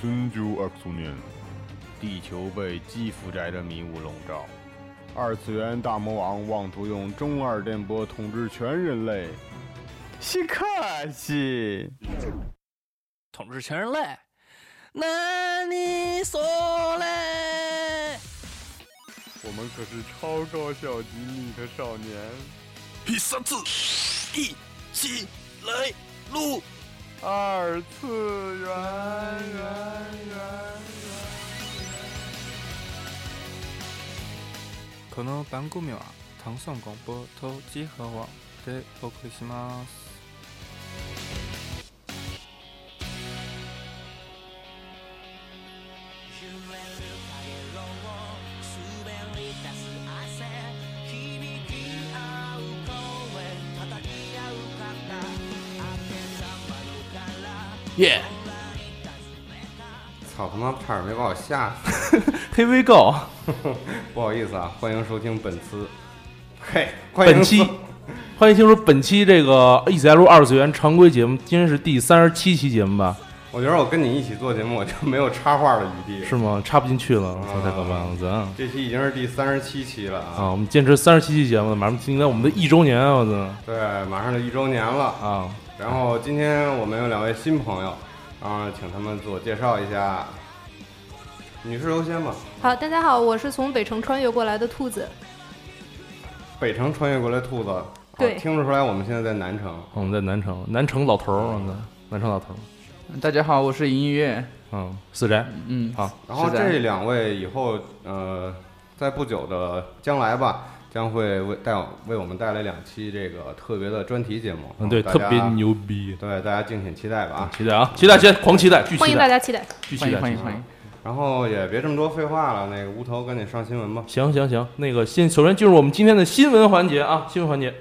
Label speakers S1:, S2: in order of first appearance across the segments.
S1: 春秋二十年，地球被基辅宅的迷雾笼罩，二次元大魔王妄图用中二电波统治全人类。西克西，
S2: 统治全人类。那你说嘞？
S1: 我们可是超高校级逆特少年。
S2: 第三次，一起来录。
S1: 二次元，元元
S3: この番組は唐宋广播と集合网でお送りします。
S4: 揺れる影ロを滑り出す汗響き合う声叩き合う肩あけさまるから
S2: 耶、
S5: 操他妈，差点没把我吓死！
S6: 黑 V 购，
S5: 不好意思啊，欢迎收听本 次，嘿，欢迎
S6: 本期
S5: 收
S6: 欢迎听说本期这个一起来录二次元常规节目，今天是第三十七期节目吧？
S5: 我觉得我跟你一起做节目，我就没有插话的余地。
S6: 是吗？插不进去了，我操，太可怕了！咱啊，
S5: 这期已经是第三十七期了啊，
S6: 我们坚持三十七期节目了，马上今天我们的一周年，啊我操
S5: 对，马上就一周年了。
S6: 啊！
S5: 然后今天我们有两位新朋友，然后请他们自我介绍一下。女士优先吧。
S7: 好，大家好，我是从北城穿越过来的兔子。
S5: 北城穿越过来兔子，啊
S7: 对
S5: 听得出来我们现在在南城。
S6: 我们在南城，南城老头儿，我操，南城老头儿，
S8: 嗯大家好，我是尹月。
S6: 嗯，四宅，
S8: 嗯，
S6: 好，
S5: 然后
S8: 是的
S5: 这两位以后呃，在不久的将来吧，将会为带为我们带来两期这个特别的专题节目。啊
S6: 嗯，对，
S5: 哦大
S6: 特
S5: 家
S6: 别牛逼，
S5: 对，大家敬请期待吧啊！
S6: 期待啊，期待，期待，狂期待，巨
S7: 欢
S6: 期
S7: 迎大
S6: 待，
S7: 家期待。
S6: 巨
S8: 欢
S6: 期
S8: 迎
S6: 待，
S8: 欢迎
S6: 巨期待
S8: 欢迎。
S5: 然后也别这么多废话了，那个无头赶紧上新闻吧。
S6: 行行行，那个先首先进入我们今天的新闻环节啊，新闻环节。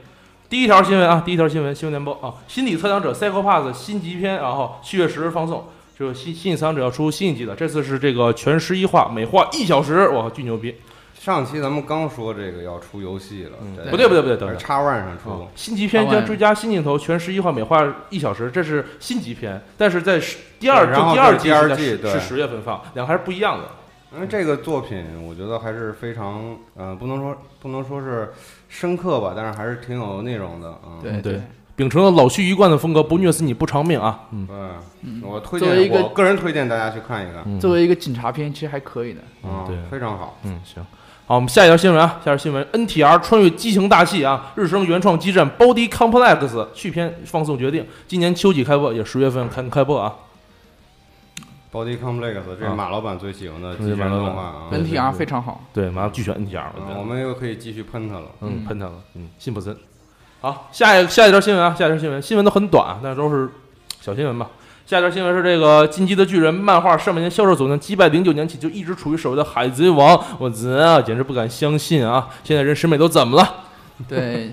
S6: 第一条新闻啊，第一条新闻，新闻联播啊，心理测量者 Psychopath 新集篇，然后七月十日放送，就是心心理测量者要出新一季的，这次是这个全十一话，每话一小时，哇，巨牛逼！
S5: 上期咱们刚说这个要出游戏了，嗯对
S6: 嗯不对不对不对，等
S5: 而
S6: 等。
S5: 叉 One 上出
S6: 啊，新集篇将追加新镜头，全十一话，每话一小时，这是新集篇，但是在十第二
S5: 对然后
S6: 第二
S5: 就是第二
S6: 季
S5: 季
S6: 是在是
S5: 对
S6: 十月份放，两个还是不一样的。
S5: 因为这个作品我觉得还是非常，呃，不能说不能说是深刻吧，但是还是挺有内容的，嗯，
S8: 对
S6: 对，秉承了老徐一贯的风格，不虐死你不偿命啊！嗯，
S5: 对，
S8: 嗯
S5: 我推
S8: 作为一
S5: 荐
S8: 个
S5: 我个人推荐大家去看一看，
S6: 嗯
S8: 作为一个警察片，其实还可以的。
S5: 嗯，
S6: 对
S5: 非常好。
S6: 嗯，行。好，我们下一条新闻啊，下一条新闻，NTR 穿越激情大戏啊，日升原创基站 Body Complex 续篇放送决定，今年秋季开播，也十月份开开播啊。
S5: Body Complex 这是
S6: 啊
S5: 马老板最喜欢的
S6: 对
S5: 机器人
S6: 马老
S5: 动
S6: 板
S5: 画啊，
S6: 对
S8: NTR 非常好，
S6: 对，马上巨选 NTR，我觉
S5: 嗯我
S6: 得，
S5: 们又可以继续喷他了。
S6: 嗯，
S8: 嗯
S6: 喷他了，嗯，辛普森。好，下一下一条新闻啊，下一条新闻，新闻都很短啊，但是都是小新闻吧。下一条新闻是这个《进击的巨人》漫画上半年销售总量击败零九年起就一直处于首位的《海贼王》，我真啊，简直不敢相信啊！现在人审美都怎么了？
S8: 对，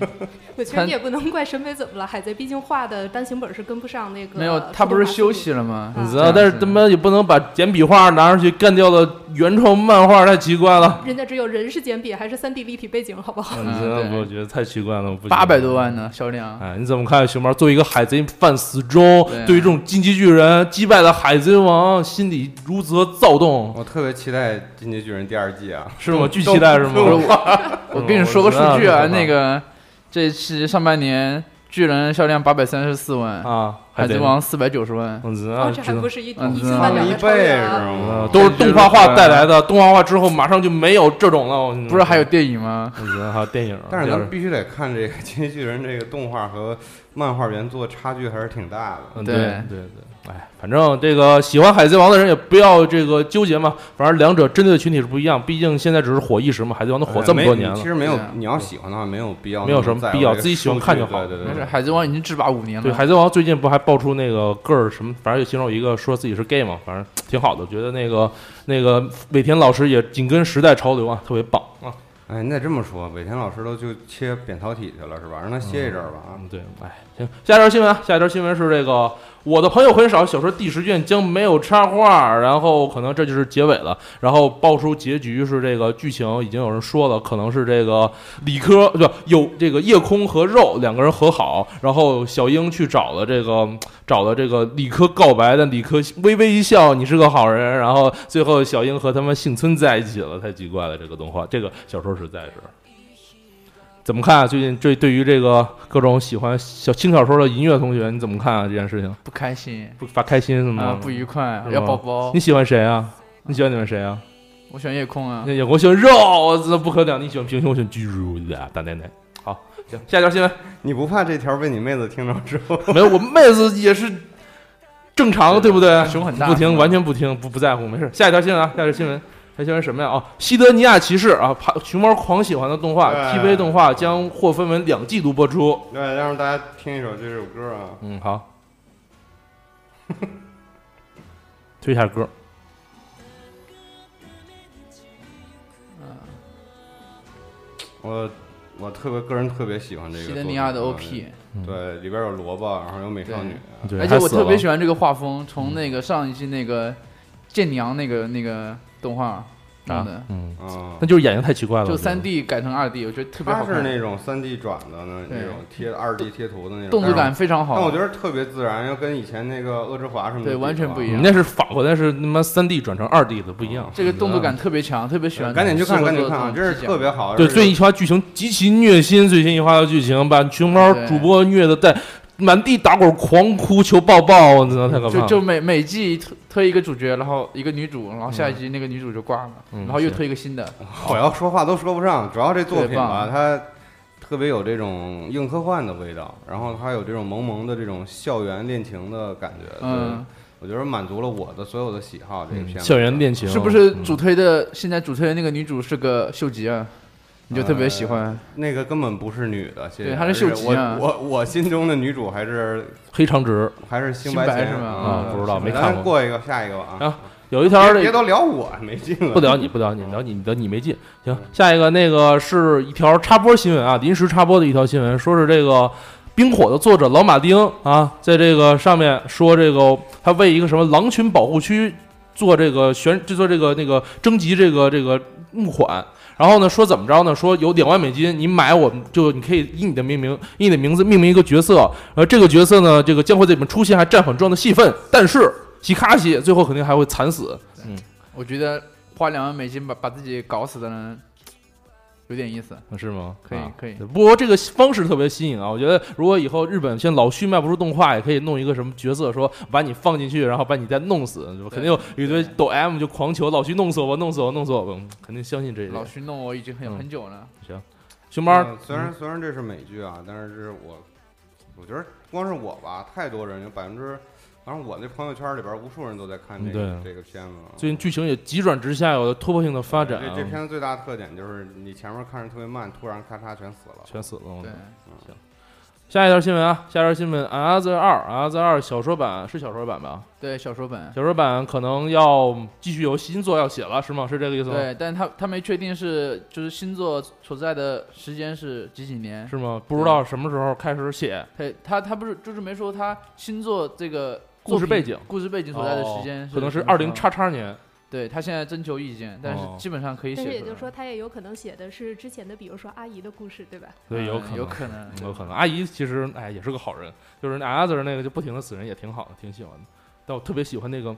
S7: 我觉
S8: 他
S7: 得你也不能怪审美怎么了，海贼毕竟画的单行本是跟不上那 个。
S8: 没有他不是休息了吗？
S7: 嗯
S6: 你知道，啊但是他妈也不能把简笔画拿上去干掉了原创漫画，太奇怪了。
S7: 人家只有人是简笔，还是三 D 立体背景，好不好？
S6: 你
S8: 嗯
S6: 真的
S8: 对
S6: 我觉得太奇怪了，我不
S8: 八百多
S6: 万。
S8: 万呢销量，
S6: 哎，你怎么看熊猫作为一个海贼犯死忠，
S8: 对啊
S6: 对于这种进击巨人击败了海贼王，心里如何躁动？
S5: 我特别期待《进击巨人》第二季啊！
S6: 是吗？巨期待是吗？
S8: 不是我，我跟你说个数据
S6: 我
S8: 啊，
S6: 知道
S8: 那个这期上半年巨人销量八百三十四万，
S6: 啊，嗯
S8: 海贼，王四百九十万，
S6: 我知道
S7: 哦，， 这还
S6: 知道
S7: 不是一
S8: 嗯
S7: 一星半
S5: 了
S7: 两
S5: 一
S7: 个超越
S5: 倍是吗？
S7: 啊！
S6: 啊呃都是动画化带来的，动画化之后马上就没有这种了。我
S8: 不是还有电影吗？
S6: 我知啊道还有电影，
S5: 但是
S6: 第
S5: 咱
S6: 二
S5: 们必须得看这个《进击巨人》这个动画和漫画原作差距还是挺大的。
S6: 嗯，
S8: 对
S6: 对对，哎，反正这个喜欢海贼王的人也不要这个纠结嘛，反正两者针对的群体是不一样，毕竟现在只是火一时嘛，海贼王都火这么多年
S5: 哎没
S6: 了
S5: 其，实没有
S8: 对啊，
S5: 你要喜欢的话，没有必要，
S6: 没有什么必要自己喜欢看就好
S5: 对对
S8: 没
S5: 对
S8: 事，
S5: 对，
S8: 海贼王已经制霸五年
S6: 对，
S8: 了，
S6: 海贼王最近不还爆出那个个儿什么，反正就形容一个说自己是 gay 嘛，反正挺好的，我觉得那个那个尾田老师也紧跟时代潮流啊，特别棒啊，
S5: 哎，你得这么说，尾田老师都就切扁桃体去了是吧？让他歇一阵儿吧啊！
S6: 嗯，对，哎，行，下一条新闻啊，下一条新闻是这个我的朋友很少，小说第十卷将没有插画，然后可能这就是结尾了。然后爆出结局是这个剧情已经有人说了，可能是这个理科不有这个夜空和肉两个人和好，然后小樱去找了这个找了这个理科告白，但理科微微一笑，你是个好人。然后最后小樱和他们幸村在一起了，太奇怪了，这个动画这个小说实在是。怎么看啊？最近对对于这个各种喜欢小轻小说的音乐同学，你怎么看啊？这件事情
S8: 不开心
S6: 不发开心是吗？
S8: 啊，不愉快
S6: 嗯是，
S8: 要
S6: 吗
S8: 抱抱
S6: 你。喜欢谁啊？你喜欢你们谁啊？
S8: 我选夜空啊
S6: 那，我喜欢肉，我操不可了！你喜欢平胸，我选巨乳的大奶奶。好，行，下一条新闻。
S5: 你不怕这条被你妹子听着之后，
S6: 没有，我妹子也是正常，对不对？
S8: 胸啊很大
S6: 不听，完全不听，不不在乎，没事。下一条新闻啊，下一条新闻，下一条新闻什么呀？哦，西德尼亚骑士啊，怕熊猫狂喜欢的动画
S5: 对
S6: TV 动画将或分为两季度播出。
S5: 对，让大家听一首这首歌啊。
S6: 嗯，好， 推一下歌。
S5: 我我特别个人特别喜欢这个
S8: 西德尼亚的
S5: 作品啊
S8: OP，
S5: 对，里边有萝卜，然后有美少女，
S6: 对
S8: 而且我特别喜
S6: 欢。
S8: 欢这个画风，
S6: 嗯
S8: 从那个上一季那个剑娘那个那个动
S6: 啊
S8: 画弄的，
S6: 嗯，
S5: 嗯，
S6: 那就是眼睛太奇怪了。
S8: 就
S6: 我觉得
S8: 三 D 改成二 D，我觉得特别
S5: 它
S8: 好
S5: 是
S8: 看，
S5: 那种三 D 转的那
S8: 对
S5: 那种贴二 D 贴图的那种
S8: 动作感，非常
S5: 但是但
S8: 好
S5: 我觉。得特别自然，要跟以前那个恶之华什么的
S8: 对完全不一
S6: 你
S8: 样
S6: 嗯那是反过来是他妈三 D 转成二 D 的，不一样。
S8: 这个动作感特别强，特别喜欢。
S5: 嗯赶紧去看，
S8: 适合
S5: 赶紧
S8: 做
S5: 看啊！
S8: 这种
S5: 真是
S8: 技
S5: 特
S8: 巧
S5: 别好。
S6: 对，
S5: 而且
S6: 最近一话剧情极其虐心，最新一话的剧情把熊猫
S8: 对
S6: 主播虐的在满地打滚，狂哭求抱抱，我操，太可怕
S8: 就
S6: 了。
S8: 就每每季推推一个主角，然后一个女主，然后下一集那个女主就挂了，
S6: 嗯
S8: 然后又
S6: 是
S8: 推一个新的。
S5: 我要说话都说不上，主要这作
S8: 对
S5: 品吧，
S8: 棒
S5: 它特别有这种硬科幻的味道，然后它有这种萌萌的这种校园恋情的感觉。
S8: 嗯，
S5: 对，我觉得满足了我的所有的喜好。这个片子，
S6: 嗯校园恋情
S8: 是不是
S6: 嗯
S8: 主推的？现在主推的那个女主是个秀吉啊，你就特别喜
S6: 呃
S8: 欢。
S5: 那个根本不是女的，谢谢
S8: 对她是秀吉啊
S5: 而且我我我心中的女主还是
S6: 黑长直？
S5: 还是星
S8: 星白
S5: 白嗯
S8: 是吗
S6: 啊不知道没看过
S5: 咱过一个下一个吧
S6: 啊
S5: 啊！
S6: 有一条
S5: 别
S6: 这
S5: 别
S6: 个
S5: 都聊我没劲了。
S6: 不聊你不聊你聊你你的你没劲。行，下一个那个是一条插播新闻啊，临时插播的一条新闻，说是这个。冰火的作者老马丁啊，在这个上面说，这个他为一个什么狼群保护区做这个选，就做这个那个征集这个这个募款。然后呢，说怎么着呢？说有两万美金，你买我们就你可以以你的命名，以你的名字命名一个角色，而这个角色呢，这个将会在里面出现，还占很重要的戏份。但是皮卡西最后肯定还会惨死。
S8: 我觉得花两万美金把把自己搞死的人，有点意思。
S6: 是吗？
S8: 可以
S6: 啊
S8: 可以
S6: 不过这个方式特别新颖啊！我觉得如果以后日本像老续卖不出动画，也可以弄一个什么角色，说把你放进去，然后把你再弄死，就肯定有一堆抖 M 就狂求老续弄死我吧，弄死我，弄死我吧，嗯肯定相信这一点
S8: 老。徐弄我已经很
S6: 嗯
S8: 很久了，
S6: 熊猫，
S5: 嗯虽然虽然这是美剧啊，但是这是我，我觉得光是我吧，太多人，有百分之，反正我那朋友圈里边无数人都在看这个
S6: 嗯对
S5: 这个片子了。
S6: 最近剧情也急转直下，有了突破性的发展
S5: 这
S6: 啊，
S5: 这片子最大的特点就是你前面看着特别慢，突然咔嚓全死了。
S6: 全死了。我
S8: 对，
S6: 下一条新闻啊，下一条新闻，R 字二，R 字二小说版是小说版吧？
S8: 对小说本，
S6: 小说版可能要继续有新作要写了，是吗？是这个意思吗？
S8: 对，但他他没确定是就是星座所在的时间是几几年，
S6: 是吗？不知道什么时候开始写。
S8: 他他他不是就是没说他星座这个
S6: 故
S8: 作
S6: 事
S8: 品
S6: 背景
S8: 故事背景所在的时间
S6: 哦可能
S8: 是
S6: 是
S8: 什么时候
S6: 二零叉叉年。
S8: 对他现在征求意见，但是
S6: 哦
S8: 基本上可以写
S7: 但
S8: 出来。
S7: 是也就是说，他也有可能写的是之前的，比如说阿姨的故事，对吧？
S6: 对，
S8: 嗯
S6: 有可能，
S8: 有可能
S6: 嗯，有可能。阿姨其实哎也是个好人，就是那阿 r 那个就不停的死人也挺好的，挺喜欢的。但我特别喜欢那个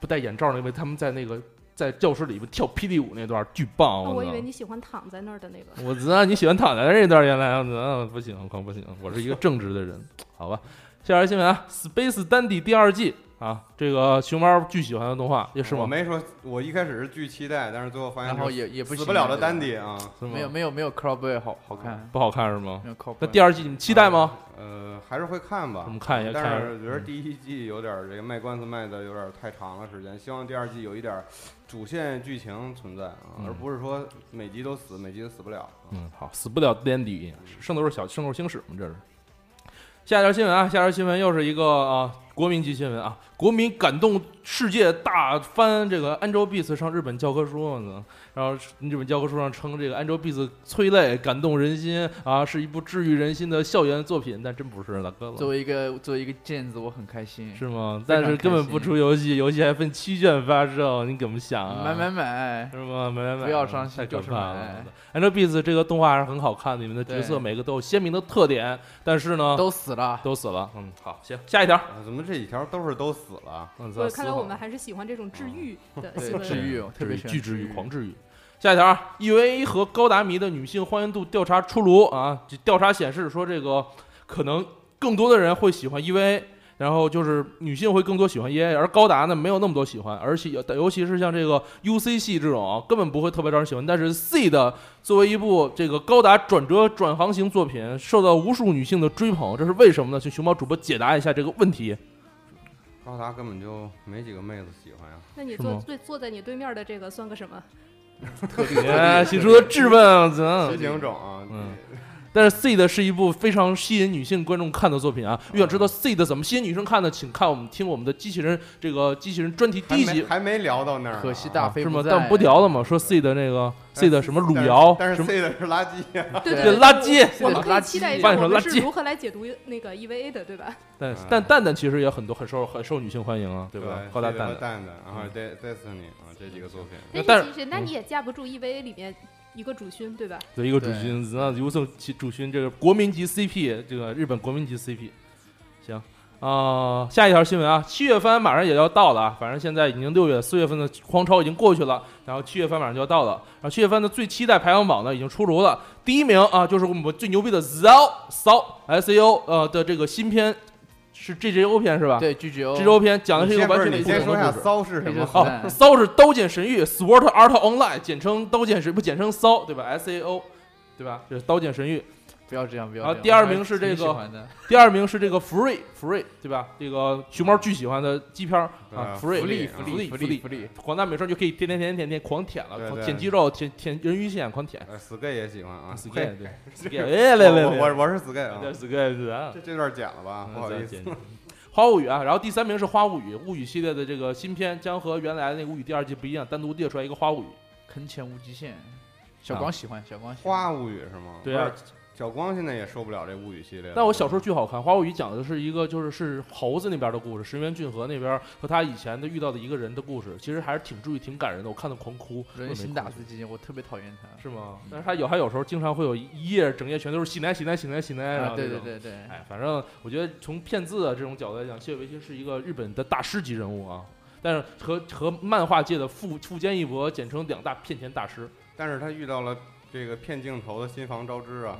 S6: 不戴眼罩那位，他们在那个在教室里边跳霹雳舞哦那段巨棒。
S7: 啊，
S6: 我
S7: 我以
S6: 操
S7: 为你喜欢躺在那儿的那个。
S6: 我知道你喜欢躺在这段，原来我知道不行，狂不行，我是一个正直的人，好吧。下条新闻啊，《Space Dandy》第二季啊，这个熊猫巨喜欢的动画，也是
S5: 我
S6: 吗？
S5: 没说，我一开始是巨期待，但是最后发现
S8: 然后
S5: 是
S8: 也也不
S5: 死
S8: 行
S5: 不了的
S8: 对
S5: 丹迪啊。
S6: 是吗
S8: 没有没有没有 Crowboy 好好看，
S6: 不好看是吗？
S8: 没有 Crowboy。
S6: 那第二季你们期待吗？
S5: 呃，还是会看吧。
S6: 我们看一下嗯
S5: 但
S6: 看
S5: 是我觉得第一季有点儿这个卖官司卖的有点儿太长了时间，希望第二季有一点儿主线剧情存在啊，
S6: 嗯
S5: 而不是说每集都死，每集都死不了。啊
S6: 嗯，好，死不了丹迪，圣斗士小呃圣斗士星矢嘛，这是。下一条新闻啊，下一条新闻又是一个啊、国民级新闻啊，国民感动世界大翻这个 Angel Beats 上日本教科书呢，然后日本教科书上称这个 Angel Beats 催泪感动人心啊，是一部治愈人心的校园作品，但真不是大哥
S8: 作
S6: 了。
S8: 为一个作为一个剑子，我很开心，
S6: 是吗？
S8: 非常
S6: 但是根本不出游戏，游戏还分七卷发售，你怎么想啊？
S8: 买买买，
S6: 是吗？买买买，
S8: 不要伤心
S6: 太可
S8: 就是哎
S6: 怕了
S8: 买。
S6: Angel Beats 这个动画还是很好看的，里面的角色
S8: 对
S6: 每个都有鲜明的特点，但是呢，
S8: 都死了，
S6: 都死了。嗯，好，行，下一条。
S5: 啊怎么这几条都是都死了？
S6: 嗯
S7: 所以看来我们还是喜欢这种治愈的
S8: 对
S7: 新闻。
S8: 治愈哦特别喜欢
S6: 巨
S8: 治
S6: 治愈，
S8: 愈
S6: 狂治愈。下一条啊，EVA 和高达迷的女性欢迎度调查出炉啊，这调查显示说这个可能更多的人会喜欢 EVA。然后就是女性会更多喜欢 EA，而高达呢没有那么多喜欢，而且尤其是像这个 UC 系这种啊根本不会特别招人喜欢。但是 C 的作为一部这个高达转折转行型作品，受到无数女性的追捧，这是为什么呢？请熊猫主播解答一下这个 问题。
S5: 高达根本就没几个妹子喜欢呀、
S7: 那你
S6: 是
S7: 坐
S6: 吗
S7: 对坐在你对面的这个算个什么？
S8: 特别
S6: 哎，提出的质问啊，怎么？
S5: 新情种啊，
S6: 嗯但是《Seed》是一部非常吸引女性观众看的作品啊！
S5: 嗯
S6: 欲想知道《Seed》怎么吸引女生看呢？请看我们听我们的机器人这个机器人专题
S5: 还
S6: 第一
S5: 没
S6: 集，
S5: 还没聊到那儿呢啊，
S8: 可惜大飞
S6: 是吗？
S8: 在
S6: 但不聊了嘛，说《Seed》那个《
S5: 但
S6: Seed》
S5: 是
S6: 什么汝
S5: 但是
S6: 窑
S5: 但是
S6: 什么
S5: C 的是垃圾呀、
S7: 对
S8: 对
S7: 对，
S6: 垃圾
S7: 我们可以期待一下
S6: 放一首
S7: 我们
S6: 垃
S7: 是
S6: 圾
S7: 如何来解读那个 EVA 的，对吧？
S6: 但
S5: 嗯
S6: 但蛋蛋其实也很多很受很受女性欢迎啊， 对
S5: 对
S6: 吧？高达
S5: C 的
S6: 蛋嗯
S5: 和
S6: 蛋，
S5: 蛋蛋，然后 De- Destiny 啊这几个作品，
S6: 那但
S7: 但
S6: 是
S7: 是其实，那
S6: 嗯
S7: 你也架不住 EVA 里面一个主勋，对吧？
S6: 对一个主
S8: 对
S6: 勋，那有请其主勋这个国民级 CP，这个日本国民级 CP，行啊、下一条新闻啊，七月番马上也要到了啊，反正现在已经六月，四月份的狂潮已经过去了，然后七月番马上就要到了，然后七月番的最期待排行榜呢已经出炉了，第一名啊就是我们最牛逼的 ZAO SAO S U 呃的这个新片是 G J O 片是吧？，
S8: 对 G G O，
S6: 这周片讲的是一个完全
S5: 你
S6: 不
S5: 先
S6: 同
S5: 说一
S6: 的
S5: 下
S6: 故事。
S5: 骚是什
S8: 黑
S5: 么
S8: 色？
S6: 哦
S8: 子弹，
S6: 骚是刀剑神域 （Sword Art Online），简称刀剑神，不简称骚，对吧？S A O，对吧？这是刀剑神域。
S8: 不要这样，不要这样。
S6: 然后第二名是这个
S8: 我还挺喜欢的
S6: 第二名是这个 Free Free，对吧？这个熊猫巨喜欢的鸡片儿啊
S5: 啊
S6: ，Free
S5: 福利
S6: 福
S5: 福
S6: 利
S5: 利
S8: 福
S6: 福
S8: 利
S6: 利
S8: 福。利，
S6: 广大美少女可以天天天天天狂舔了，
S5: 对
S6: 狂
S5: 对
S6: 舔肌肉，舔舔人鱼线，狂舔。
S5: 呃，Sky 也喜欢啊
S6: Sky
S5: 嘿
S6: 对 Sky，哎， 来来
S5: 我我
S6: 来，
S5: 我是 Sky 啊，
S6: Sky 对啊
S5: 这，这段剪了吧，
S6: 嗯
S5: 不好意。
S6: 再
S5: 思
S6: 见。花物语啊，然后第三名是花物语，物语系列的这个新片将和原来那个物语第二季不一样，单独列出来一个花物语。
S8: 坑钱无极限。
S6: 啊
S8: 小光喜欢，小光喜欢。
S5: 花物语是吗？
S6: 对啊
S5: 不是，小光现在也受不了这物语系列了。
S6: 但我小时候巨好看，《花无语》讲的是一个就是是猴子那边的故事，石原俊和那边和他以前的遇到的一个人的故事，其实还是挺治愈、挺感人的。我看的狂哭，
S8: 人心打
S6: 字
S8: 自己，我特别讨厌他。
S6: 是吗？但是他有还有时候经常会有一夜整夜全都是喜奶喜奶喜奶喜奶，然
S8: 啊，
S6: 后
S8: 对对
S6: 这种。
S8: 对对，
S6: 哎，反正我觉得从骗字的这种角度来讲，谢维新是一个日本的大师级人物啊。但是和和漫画界的富富坚义博，简称两大骗钱大师，
S5: 但是他遇到了这个骗镜头的新房招之啊，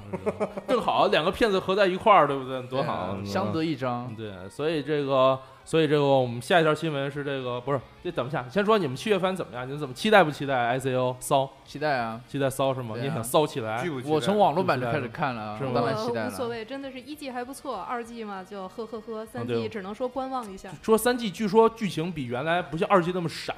S6: 正好两个骗子合在一块儿，对不对？多
S8: 嗯对
S6: 好
S8: 啊
S6: 啊，
S8: 相得益
S6: 嗯
S8: 彰。
S6: 对，所以这个，所以这个，我们下一条新闻是这个，不是，这等一下，先说你们七月番怎么样？你们怎么期待不期待 ICO 骚？
S8: 期待啊！
S6: 期待骚是吗？
S8: 对啊
S6: 你也想骚起来
S5: 巨？不期待
S8: 我从网络版
S6: 期
S8: 就
S6: 待
S8: 开始看了，
S6: 是吗
S8: 我当然期待
S7: 呃我无所
S8: 了。
S7: 谓，真的是一季还不错，二季嘛就呵呵呵，三
S6: 对
S7: 季只能说观望一下。
S6: 说三季据说剧情比原来不像二季那么傻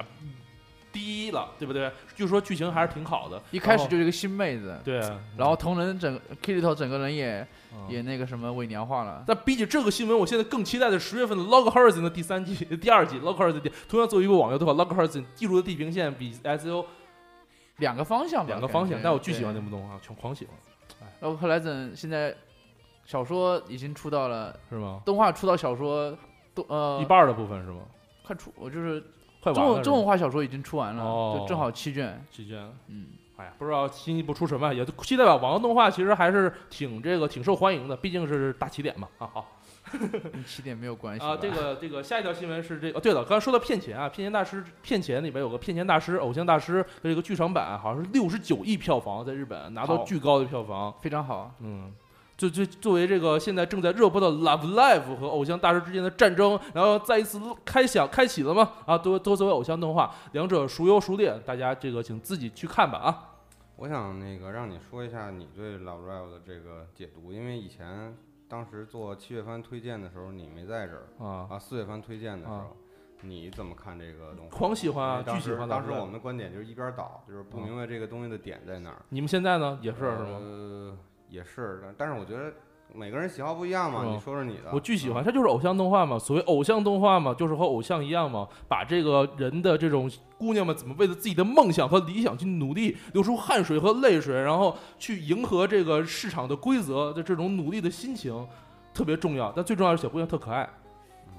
S6: 逼了，对不对？据说剧情还是挺好的。
S8: 一开
S6: 然
S8: 始
S6: 后
S8: 就是一个新妹子，
S6: 哦对，
S8: 然后同人整 Kirito 整个人也
S6: 嗯
S8: 也那个什么伪娘化了。
S6: 但比起这个新闻，我现在更期待的是十月份的《Log Horizon》的第三季、 第二季，《Log Horizon》第同样作为一部网游动画，《Log Horizon》记录的地平线比 SO
S8: 两个方向吧，
S6: 两个方向，但我巨喜欢
S8: 这
S6: 那。部动画，全狂喜欢，
S8: 然后克莱整现在小说已经出到了，
S6: 是吗？
S8: 动画出到小说，动呃
S6: 一半儿的部分是吗？
S8: 快出，我就是
S6: 快完
S8: 中
S6: 了
S8: 文
S6: 是吧。
S8: 中文化小说已经出完了，
S6: 哦
S8: 就正好七卷，
S6: 期间，
S8: 嗯，
S6: 哎呀，不知道新一部出什么，也期待吧。网络动画其实还是挺这个挺受欢迎的，毕竟是大起点嘛。啊好
S8: 跟嗯起点没有关系
S6: 啊，
S8: 吧
S6: 这个这个下一条新闻是这个，哦对了，刚才说到骗钱啊，骗钱大师骗钱里边有个骗钱大师偶像大师的这个剧场版，啊好像是六十九亿票房，在日本拿到
S8: 好
S6: 巨高的票房，
S8: 非常好，啊
S6: 嗯。就就作为这个现在正在热播的《Love Live》和偶像大师之间的战争，然后再一次开响开启了吗？啊，都都作为偶像动画，两者孰优孰劣，大家这个请自己去看吧啊。
S5: 我想那个让你说一下你对 Love Live 的这个解读，因为以前当时做七月番推荐的时候你没在这儿
S6: 啊，
S5: 啊，四月番推荐的时
S6: 啊
S5: 候。你怎么看这个东西？
S6: 狂喜欢啊
S5: 因为当
S6: 巨喜
S5: 时
S6: 欢嗯 Love
S5: 当时
S6: Live
S5: 我们的观点就是一边倒，就是不明白这个东西的点在哪儿。呃
S6: 你们现在呢？也是是吗？
S5: 呃，也是，但但是我觉得每个人喜好不一样嘛
S6: 是，吗
S5: 你说说你的。
S6: 我巨喜欢，它就是偶像动画嘛。所谓偶像动画嘛，就是和偶像一样嘛，把这个人的这种姑娘们怎么为了自己的梦想和理想去努力，流出汗水和泪水，然后去迎合这个市场的规则的这种努力的心情，特别重要。但最重要是小姑娘特可爱，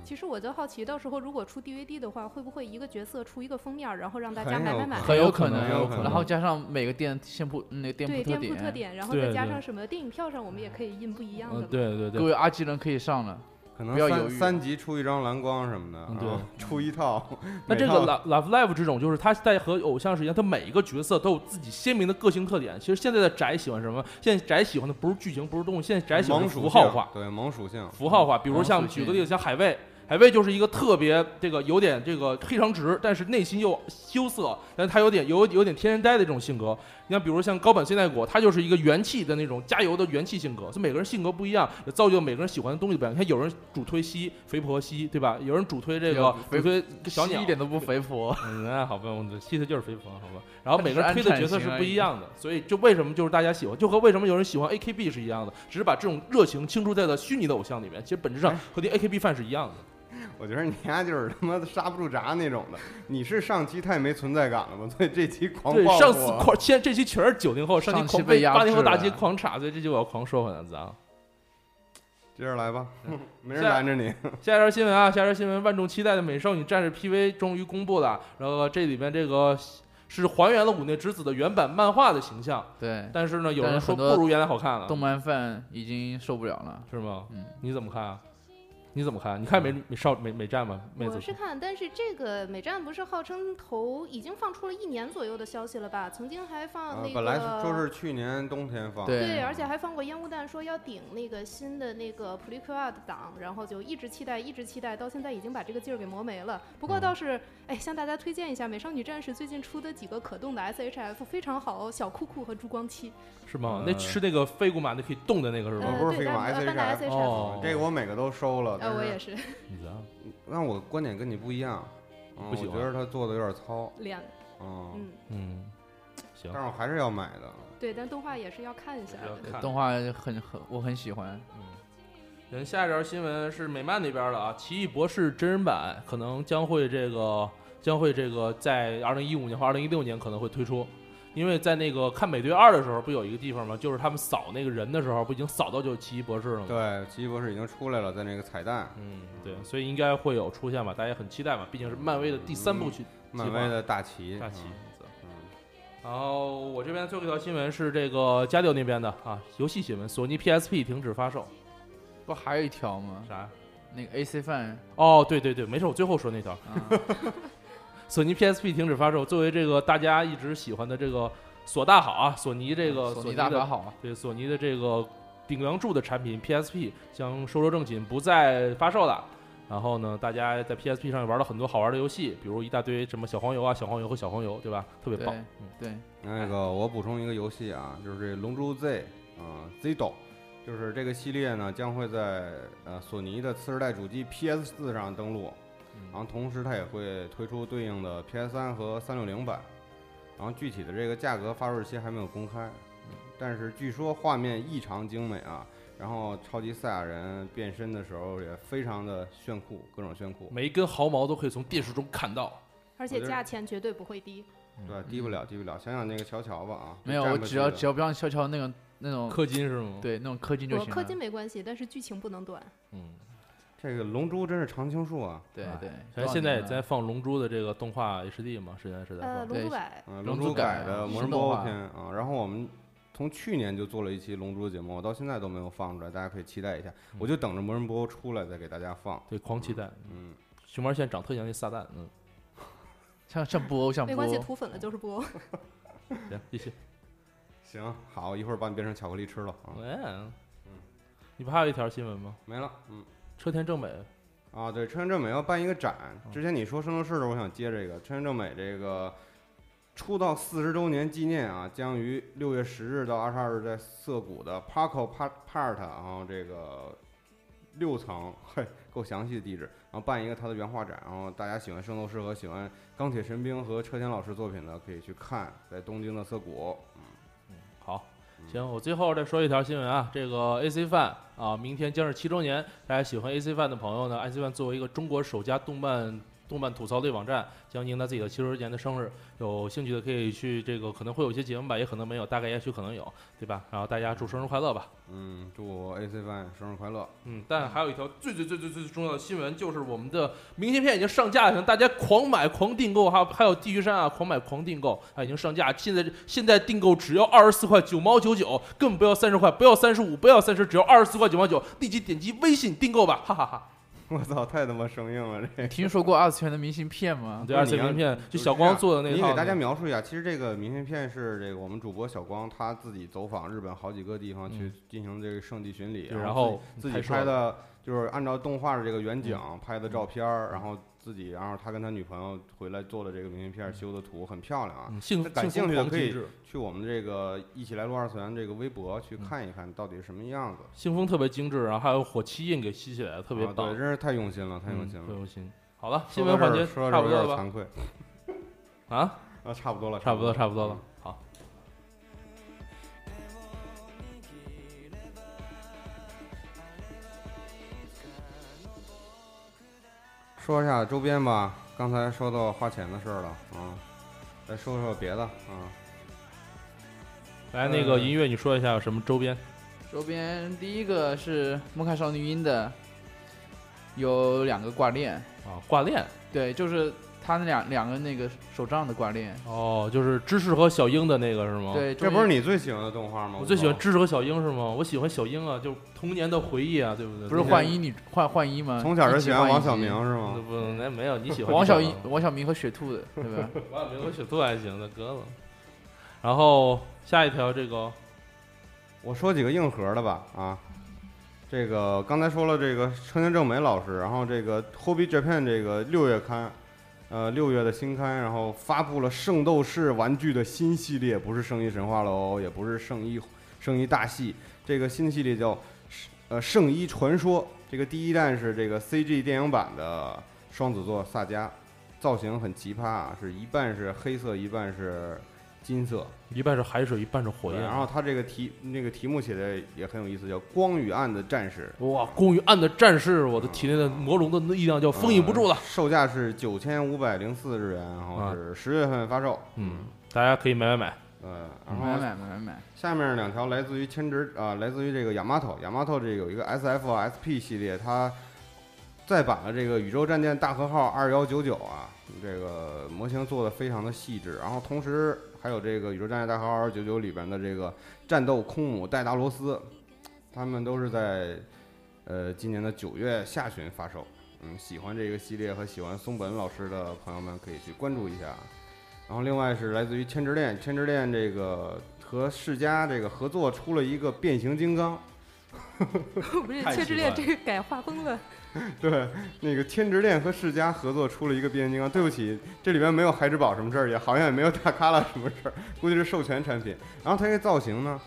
S7: 其实我就好奇，到时候如果出 DVD 的话，会不会一个角色出一个封面，然后让嗯大家
S5: 很
S7: 买
S5: 有
S7: 买买？
S5: 可
S8: 很有
S6: 可
S8: 可能啊
S5: 很有可能
S8: 然后加上每个店店铺那个店
S7: 对
S8: 铺
S7: 店
S8: 特
S7: 铺
S8: 点，啊
S7: 特点，然后
S6: 对
S7: 再加
S6: 对
S7: 上什么电影票上，我们也可以印不一样的
S6: 嗯
S7: 嘛。，
S6: 对对
S8: 各
S6: 对，
S8: 位阿基人可以上了。
S5: 可能
S8: 不要
S5: 三
S8: 犹豫
S5: 三集出一张蓝光什么的，
S6: 啊
S5: 啊
S6: 嗯
S5: 然后出一套。
S6: 那这个
S5: 每套
S6: Love Love Live 这种，就是它在和偶像是一样，它每一个角色都有自己鲜明的个性特点。其实现在的宅喜欢什么？现在宅喜欢的不是剧情，不是动物，现在宅喜欢
S5: 萌
S6: 的
S5: 属
S6: 是
S5: 性
S6: 符号化，
S5: 对萌属性，
S6: 符号化。比如
S8: 然后
S6: 像
S8: 属性
S6: 举个例子，像海卫，海卫就是一个特别这个有点这个黑长直，但是内心又羞涩，但是他有点有有点天然呆的这种性格。你像比如像高本现代果，他就是一个元气的那种加油的元气性格。所以每个人性格不一样，也造就每个人喜欢的东西不一样。你看有人主推西肥婆西，对吧？有人主推这个
S8: 对
S6: 主推小
S8: 西
S6: 鸟
S8: 一。点都不 肥婆，
S6: 嗯，那好吧，我们西特就是飞鹏，好吧。然后每个人推的角色是不一样的，所以就为什么就是大家喜欢，就和为什么有人喜欢 AKB 是一样的，只是把这种热情倾注在了虚拟的偶像里面，其实本质
S8: 哎
S6: 上和那 AKB 范是一样的。
S5: 我觉得你丫就是他妈的刹不住闸那种的。你是上期太没存在感了吧？所以这期狂
S6: 对，
S5: 暴
S6: 上次
S5: 我
S6: 狂，现在这期全是九零后，上
S8: 上
S6: 期
S8: 期
S6: 狂
S8: 被压
S6: 八零后
S8: 制了
S6: 大街狂插，所以这期我要狂说回来咱。
S5: 接着来吧，没人
S6: 嗯下
S5: 拦着你。
S6: 下一条新闻啊，下一条新闻，万众期待的《美少女战士》PV 终于公布了，然后这里边这个是还原了五内之子的原版漫画的形象，
S8: 对，
S6: 但是呢，有
S8: 哎但
S6: 人
S8: 是
S6: 说
S8: 很多
S6: 不如原来好看了，
S8: 动漫范已经受不了了。
S6: 是吗？
S8: 嗯，
S6: 你怎么看啊？你怎么看？啊你看美美少美美战吗？妹
S7: 我
S6: 子
S7: 是看，但是这个美战不是号称投已经放出了一年左右的消息了吧？曾经还放
S5: 啊
S7: 那个，
S5: 本来说是去年冬天
S6: 啊
S5: 放，
S7: 对，
S8: 对，
S7: 而且还放过烟雾弹，说要顶那个新的那个 p r e q u e l 档，然后就一直期待，一直期待，到现在已经把这个劲儿给磨没了。不过倒是，哎，向大家推荐一下《美少女战士》最近出的几个可动的 SHF 非常好哦，小酷酷和珠光七，
S6: 是吗？
S5: 呃
S6: 那是那个飞古玛那可以动的那哦个是
S7: 呃
S6: 吗？
S5: 不是
S7: 对，
S5: 飞马
S7: 但呃
S5: SHF
S7: 但那 SHF，
S6: 哦
S5: 这个我每个都收了。
S7: 呃，我也
S5: 是。
S7: 是
S6: 你知道？
S5: 那我观点跟你不一样，嗯
S6: 不喜
S5: 我
S6: 欢
S5: 觉得他做的有点糙，
S7: 脸，
S5: 嗯，
S7: 嗯，
S6: 嗯，行
S5: 但，是我还是要买的。
S7: 对，但动画也是要看一下的。
S6: 看
S8: 动画很很我很喜欢，
S7: 嗯
S6: 人嗯下一条新闻是美漫那边的啊，《奇异博士》真人版可能将会这个将会这个在二零一五年或二零一六年可能会推出，因为在那个看《美队二》的时候，不有一个地方吗？就是他们扫那个人的时候，不已经扫到就是奇异博士了吗？
S5: 对，奇异博士已经出来了，在那个彩蛋，
S6: 嗯，对，所以应该会有出现吧，大家也很期待嘛，毕竟是漫威的第三部曲，
S5: 漫威的大旗。
S6: 大旗
S5: 嗯。
S6: 然后我这边最后一条新闻是这个家调那边的啊，游戏新闻，索尼 PSP 停止发售，
S8: 不还有一条吗？
S6: 啥？
S8: 那个 AC 范，
S6: 哦，对对对，没事，我最后说那条，
S8: 啊
S6: 索尼 PSP 停止发售，作为这个大家一直喜欢的这个索大好啊，索尼 这个
S8: 嗯索
S6: 尼
S8: 尼大法
S6: 的
S8: 好，
S6: 对索尼的这个顶梁柱的产品 PSP 将收收正寝，不再发售了。然后呢，大家在 PSP 上也玩了很多好玩的游戏，比如一大堆什么小黄油啊、小黄油和小黄油，对吧？特别
S8: 对
S6: 棒。嗯
S8: 对，
S5: 那个我补充一个游戏啊，就是这《龙珠 Z》啊，《Z 斗》，就是这个系列呢将会在呃索尼的次世代主机 PS 4上登陆，
S6: 嗯
S5: 然后同时它也会推出对应的 PS 3和360版，然后具体的这个价格发售日期还没有公开，
S6: 嗯
S5: 但是据说画面异常精美啊，然后超级赛亚人变身的时候也非常的炫酷，各种炫酷，
S6: 每一根毫毛都可以从电视中看到。
S7: 而
S5: 我
S7: 且
S5: 就是
S7: 价钱绝对不会低，
S5: 对，低不了，低不了。想想那个乔乔吧啊，
S8: 嗯没有，
S5: 站
S8: 我
S5: 不
S8: 只
S5: 起
S8: 要
S5: 的
S8: 只要不让悄悄那种那种
S6: 氪金是吗？，
S8: 对那种氪金就
S7: 我
S8: 行
S7: 氪金
S8: 了。
S7: 没关系，但是剧情不能短。
S6: 嗯，
S5: 这个龙珠真是常青树啊。
S8: 对对，
S6: 咱现在也在
S8: 在
S6: 放《龙珠》的这个动画 HD 嘛，现在是在
S7: 呃，
S6: 放。
S7: 龙珠
S8: 对
S7: 百
S5: 嗯，
S8: 龙
S5: 珠
S8: 珠改
S5: 改
S8: 啊
S5: 的魔
S8: 是
S5: 人
S8: 动
S5: 布欧
S8: 画
S5: 篇啊，然后我们从去年就做了一期龙珠节目，我到现在都没有放出来，大家可以期待一下。
S8: 嗯
S5: 我就等着魔人布欧出来再给大家放。
S6: 对，狂期待。
S5: 嗯，
S6: 熊猫现在长特像那撒旦。嗯，
S8: 像像布欧像
S7: 没
S8: 布
S7: 关系，
S8: 欧，
S7: 涂粉了就是播。
S6: 行，继续。
S5: 行，好，一会儿把你变成巧克力吃了
S8: 嗯
S5: 啊，
S6: 喂，你不还有一条新闻吗？
S5: 没了。嗯，
S6: 车田正美
S5: 啊，对，车田正美要办一个展，之前你说圣斗士的时候，我想接这个车田正美这个。出道四十周年纪念啊，将于六月十日到二十二日在涩谷的 Parko Pa- Part，然后这个六层，嘿，够详细的地址，然后办一个他的原画展，然后大家喜欢圣斗士和喜欢钢铁嗯神兵和车田老师作品的可以去看，在东京的涩谷。
S6: 好。行，我最后再说一条新闻啊，这个 AC Fan 啊，明天将是七周年，大家喜欢 AC Fan 的朋友呢，AC Fan 作为一个中国首家动漫动漫吐槽类网站，将迎来自己的七周年的生日，有兴趣的可以去这个，可能会有一些节目吧，也可能没有，大概也许可能有，对吧？然后大家祝生日快乐吧。
S5: 嗯，祝 AC Fan 生日快乐！
S6: 嗯，但还有一条最最最最最重要的新闻，就是我们的明信片已经上架了，请大家狂买狂订购，还有还有地狱山啊，狂买狂订购，它已经上架，现在现在订购只要二十四块九毛九九，根本不要三十块，不要三十五，不要三十，只要二十四块九毛九，立即点击微信订购吧，哈哈
S5: 啊
S6: 哈
S5: 我操，太他妈生硬了这。
S8: 听说过二次元的明信片吗？
S6: 对，二次元明信片就小光做的那
S5: 你
S6: 套，
S5: 给大家描述一下，其实这个明信片是这个我们主播小光他自己走访日本好几个地方去进行这个圣地巡礼，
S6: 嗯对
S5: 然
S6: 然后
S5: 自己
S6: 拍
S5: 自己
S6: 摄嗯
S5: 拍的，就是按照动画的这个远景拍的照片儿，然后自己，然后他跟他女朋友回来做的这个明信片修的图很漂亮啊。
S6: 嗯，幸
S5: 感兴趣的可以
S6: 幸福狂极致
S5: 去我们这个一起来录二次元这个微博去
S6: 嗯
S5: 看一看到底是什么样子，
S6: 信封特别精致，然后还有火漆印给吸起来，特别
S5: 啊
S6: 棒
S5: 对，，真是太用心了，太用
S6: 嗯
S5: 心
S6: 不
S5: 了。
S6: 用心。好了，新
S5: 说
S6: 闻
S5: 到
S6: 环
S5: 这儿
S6: 节
S5: 说
S6: 差
S5: 到
S6: 不
S5: 这
S6: 多
S5: 儿有点
S6: 了吧？
S5: 惭愧
S6: 啊，
S5: 啊，差不多了，
S6: 差不多，差不多
S5: 嗯
S6: 了。好，
S5: 说一下周边吧，刚才说到花钱的事儿了啊，再说说别的啊。
S6: 来那个音乐，你说一下有什么周边？
S8: 周边第一个是《魔卡少女樱》的，有两个挂链，
S6: 啊，挂链
S8: 对，就是他那两两个那个手杖的挂链，
S6: 哦，就是芝士和小樱的那个是吗？，
S8: 对，
S5: 哦这不是你最喜欢的动画吗？
S6: 我最喜欢
S5: 操
S6: 芝士和小樱是吗？我喜欢小樱啊，就是童年的回忆啊，对不对？
S8: 不是换衣女换换衣吗？
S5: 从小就
S8: 一起
S5: 喜欢
S8: 换
S5: 王
S8: 衣
S5: 小
S8: 机
S5: 明是
S6: 不
S5: 吗？
S6: 不，那没有你喜欢
S8: 王小
S6: 樱
S8: 一、，王小明和雪兔的，对吧？
S6: 王小明和雪兔还行的哥了。然后下一条这个
S5: 我说几个硬核的吧啊，这个刚才说了这个车田正美老师，然后这个 Hobby Japan 这个六月刊，呃六月的新刊，然后发布了《圣斗士》玩具的新系列，不是圣衣神话喽，也不是圣衣圣衣大戏，这个新系列叫呃圣衣传说，这个第一弹是这个 CG 电影版的双子座萨迦，造型很奇葩啊，是一半是黑色，一半是金色。
S6: 一半是海水，一半是火焰。啊
S5: 对然后他这个题那个题目写的也很有意思，叫《光与暗的战士》，
S6: 哇，攻于暗的战士，我的体内的魔龙的力量就封印不住了
S5: 呃。售价是九千五百零四日元，然后
S6: 啊
S5: 是十月份发售。
S6: 嗯，大家可以买买买。
S5: 呃， 然
S8: 买
S5: 后
S8: 买买买买，
S5: 下面两条来自于千值啊、来自于这个亚麻头，亚麻头这个有一个 S F SP 系列，它再版了这个宇宙战舰大和号二幺九九啊，这个模型做的非常的细致，然后同时还有这个宇宙战舰大和号二幺九九里边的这个战斗空母戴达罗斯，他们都是在呃今年的九月下旬发售。嗯，喜欢这个系列和喜欢松本老师的朋友们可以去关注一下。啊然后另外是来自于千之恋，千之恋这个和世嘉这个合作出了一个变形金刚，
S7: 不是
S5: 太
S7: 《缺
S5: 奇
S7: 之恋》
S5: 怪
S7: 这个改画风了，
S5: 对，那个天之恋和世嘉合作出了一个变形金刚。对不起，这里边没有孩之宝什么事儿，也好像也没有大咖拉什么事儿，估计是授权产品。然后它这个造型呢，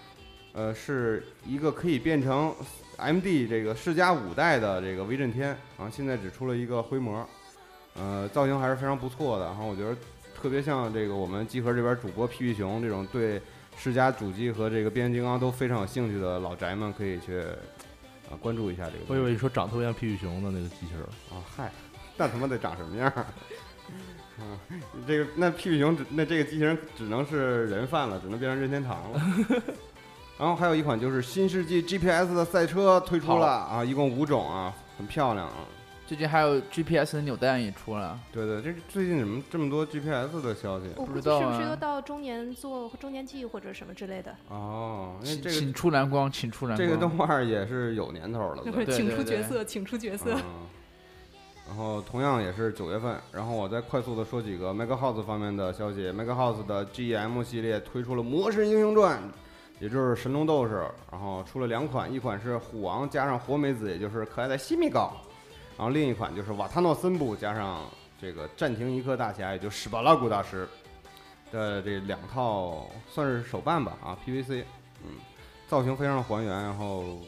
S5: 呃，是一个可以变成 MD 这个世嘉五代的这个威震天，然后现在只出了一个灰模，呃，造型还是非常不错的。然后我觉得特别像这个我们集合这边主播屁屁熊这种对世嘉主机和这个变形金刚都非常有兴趣的老宅们，可以去。啊，关注一下这个东西。
S6: 我以为你说长得特别像皮皮熊的那个机器人。
S5: 啊，嗨，那他妈得长什么样儿？啊，这个那屁屁熊只那这个机器人只能是人贩了，只能变成任天堂了。然后还有一款就是新世纪 GPS 的赛车推出了啊，一共五种啊，很漂亮啊。
S8: 最近还有 GPS 的扭蛋也出了，
S5: 对对，这最近怎么这么多 GPS 的消息？
S7: 我
S8: 不
S7: 估
S8: 知
S7: 计
S8: 道
S7: 是不是
S8: 啊
S7: 又到中年做中年季或者什么之类的，
S5: 哦，因为
S8: 请
S5: 这个
S8: 请出蓝光，请出蓝
S5: 这
S8: 光。
S5: 个动画也是有年头 了，对
S8: 对
S7: 请
S8: 对
S7: 出角
S8: 对
S7: 色，请出角色。
S5: 嗯，然后同样也是九月份，然后我再快速的说几个 Mega House 方面的消息。Mega House 的 GM 系列推出了《魔神英雄传》，也就是神龙斗士，然后出了两款，一款是虎王加上活美子，也就是可爱的西米高，然后另一款就是瓦塔诺森布加上这个暂停一刻大侠，也就史巴拉古大师的这两套算是手办吧啊 PVC，嗯，造型非常的还原，然后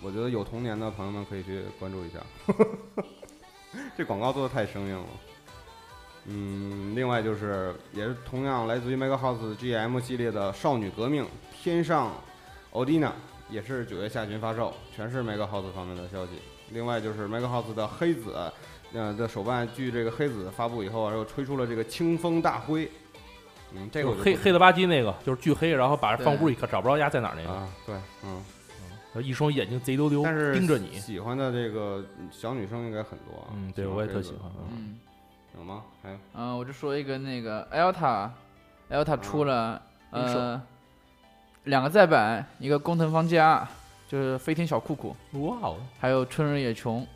S5: 我觉得有童年的朋友们可以去关注一下。这广告做的太生硬了。嗯，另外就是也是同样来自于 Mega House GM 系列的《少女革命天上 o d i n a 也是九月下旬发售，全是 Mega House 方面的消息。另外就是 Mega House 的黑子，呃的手办，据这个黑子发布以后啊，又吹出了这个清风大灰，嗯，这个
S6: 就
S5: 我
S6: 是
S5: 就
S6: 黑
S5: 不
S6: 黑了吧唧那个，就是巨黑，然后把人放
S8: 对
S6: 屋里可找不着丫在哪儿那个，
S5: 啊，对，嗯，
S6: 然后一双眼睛贼溜溜
S5: 但是
S6: 盯着你。
S5: 喜欢的这个小女生应该很多啊，
S6: 嗯对
S5: 喜欢
S6: 我也
S5: 黑
S6: 特
S5: 子
S6: 喜欢嗯
S5: 嗯
S8: 嗯，
S5: 有吗？还有
S8: 啊，我就说一个那个
S6: 啊
S8: Elta，Elta 出了
S6: 零售
S8: 呃两个再版，一个工藤方家，就是飞天小酷酷，
S6: 哇哦！
S8: 还有春日野琼，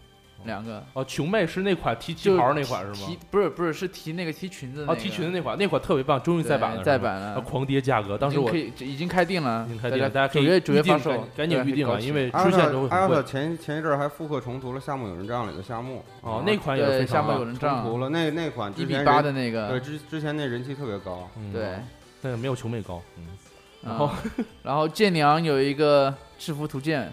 S8: 两个
S6: 哦，琼妹是那款提旗
S8: 就
S6: 袍那款是
S8: 提
S6: 吗？
S8: 不是不是是提那个提裙子那
S6: 哦，
S8: 个
S6: 提裙的那款，那款特别棒，终于
S8: 对
S6: 再版了，
S8: 再
S6: 是吗。
S8: 版
S6: 啊，
S8: 了，
S6: 狂跌价格，当时
S8: 已经
S6: 我
S8: 可以已经开定了，
S6: 已经开店了，大家可
S8: 九
S6: 以
S8: 月九月
S6: 预定
S8: 发售
S6: 赶，赶紧
S8: 对
S6: 预定
S8: 很高
S6: 啊，
S8: 兴
S6: 因为
S5: 艾
S6: 出
S5: 尔
S6: 现都
S5: 特艾
S6: 会很
S5: 尔特
S6: 贵。
S5: 前前一阵儿还复刻重涂了《夏目友人帐》里的夏目，
S6: 哦
S5: 啊，
S6: 那款也是
S8: 对
S6: 非
S8: 夏
S6: 常
S8: 目友
S6: 棒，
S8: 人
S5: 重涂
S8: 帐
S5: 了那那款
S8: 一
S5: 之
S8: 比
S5: 前
S8: 八
S5: 人
S8: 的那个，
S5: 对之之前那人气特别高，啊
S6: 嗯
S8: 对，，
S6: 但是没有琼妹高。嗯，然
S8: 然
S6: 后
S8: 后然后剑娘有一个制服图鉴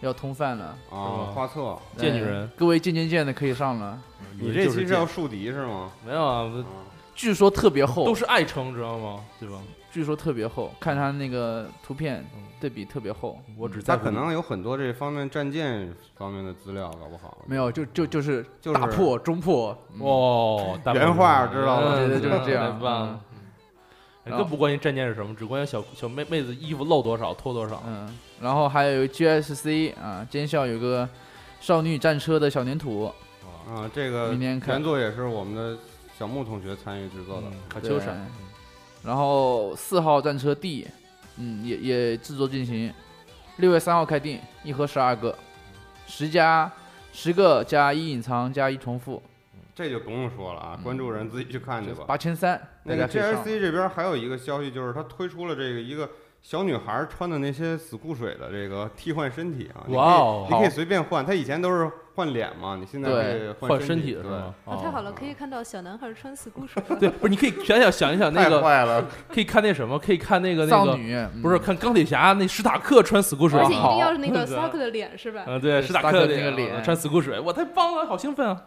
S8: 要通贩了，
S5: 啊
S6: 吗，
S5: 画册，
S6: 贱女
S8: 对
S6: 人，
S8: 哎各位贱贱贱的可以上了，
S5: 你这期
S6: 是
S5: 是要树敌是吗？
S6: 没有啊？
S5: 啊
S8: 据说特别厚，
S6: 都是爱称，知道吗？对吧？
S8: 据说特别厚，看它那个图片
S6: 嗯
S8: 对比特别厚，嗯
S6: 我只
S5: 他
S6: 在乎
S5: 可能有很多这方面战舰方面的资料，搞不好
S8: 没有就就就是
S5: 就是
S8: 大破中破，嗯
S6: 哦，大
S5: 原
S6: 部分
S5: 话
S6: 是
S5: 知道吗
S6: 嗯
S8: 对对就是这样嗯
S6: 太棒了。哎
S8: 然后
S6: 更不关心战舰是什么，只关心小小妹妹子衣服露多少、脱多少。
S8: 嗯，然后还有 GSC 啊，尖校有个少女战车的小粘土，
S5: 啊。这个
S8: 明年看
S5: 原作也是我们的小木同学参与制作的
S6: 嗯，卡秋莎
S8: 对然后四号战车 D，嗯，也也制作进行，六月三号开定，一盒十二个，十加十个加一隐藏加一重复，
S5: 这就不用说了啊，
S8: 嗯
S5: 关注人自己去看去吧。
S8: 八千三，
S5: 那
S8: 大
S5: 个
S8: 家可以上
S5: GSC 这边还有一个消息，就是他推出了这个一个小女孩穿的那些死固水的这个替换身体啊，你可以
S6: 哇哦
S5: 你可以随便换，他以前都是换脸嘛，你现在
S8: 对
S5: 可以
S6: 换
S5: 身
S6: 身体是
S5: 对，
S6: 吗？
S7: 啊，
S6: 哦
S7: 太好了，可以看到小男孩穿死固水了。
S6: 对，不是，你可以想想想一想那
S5: 太
S6: 个，
S5: 坏了，
S6: 可以看那什么，可以看那个那
S8: 丧
S6: 个，
S8: 女、嗯
S6: 不是看钢铁侠那史塔克穿死固水，
S7: 而且一定要
S6: 好，
S7: 是那个
S6: 对
S7: Stark 的脸是吧？
S6: 嗯，对，
S8: 对
S6: 史塔
S8: 斯塔克
S6: 克
S8: 那个
S6: 个
S8: 脸
S6: 穿死固水，我太棒了，好兴奋啊！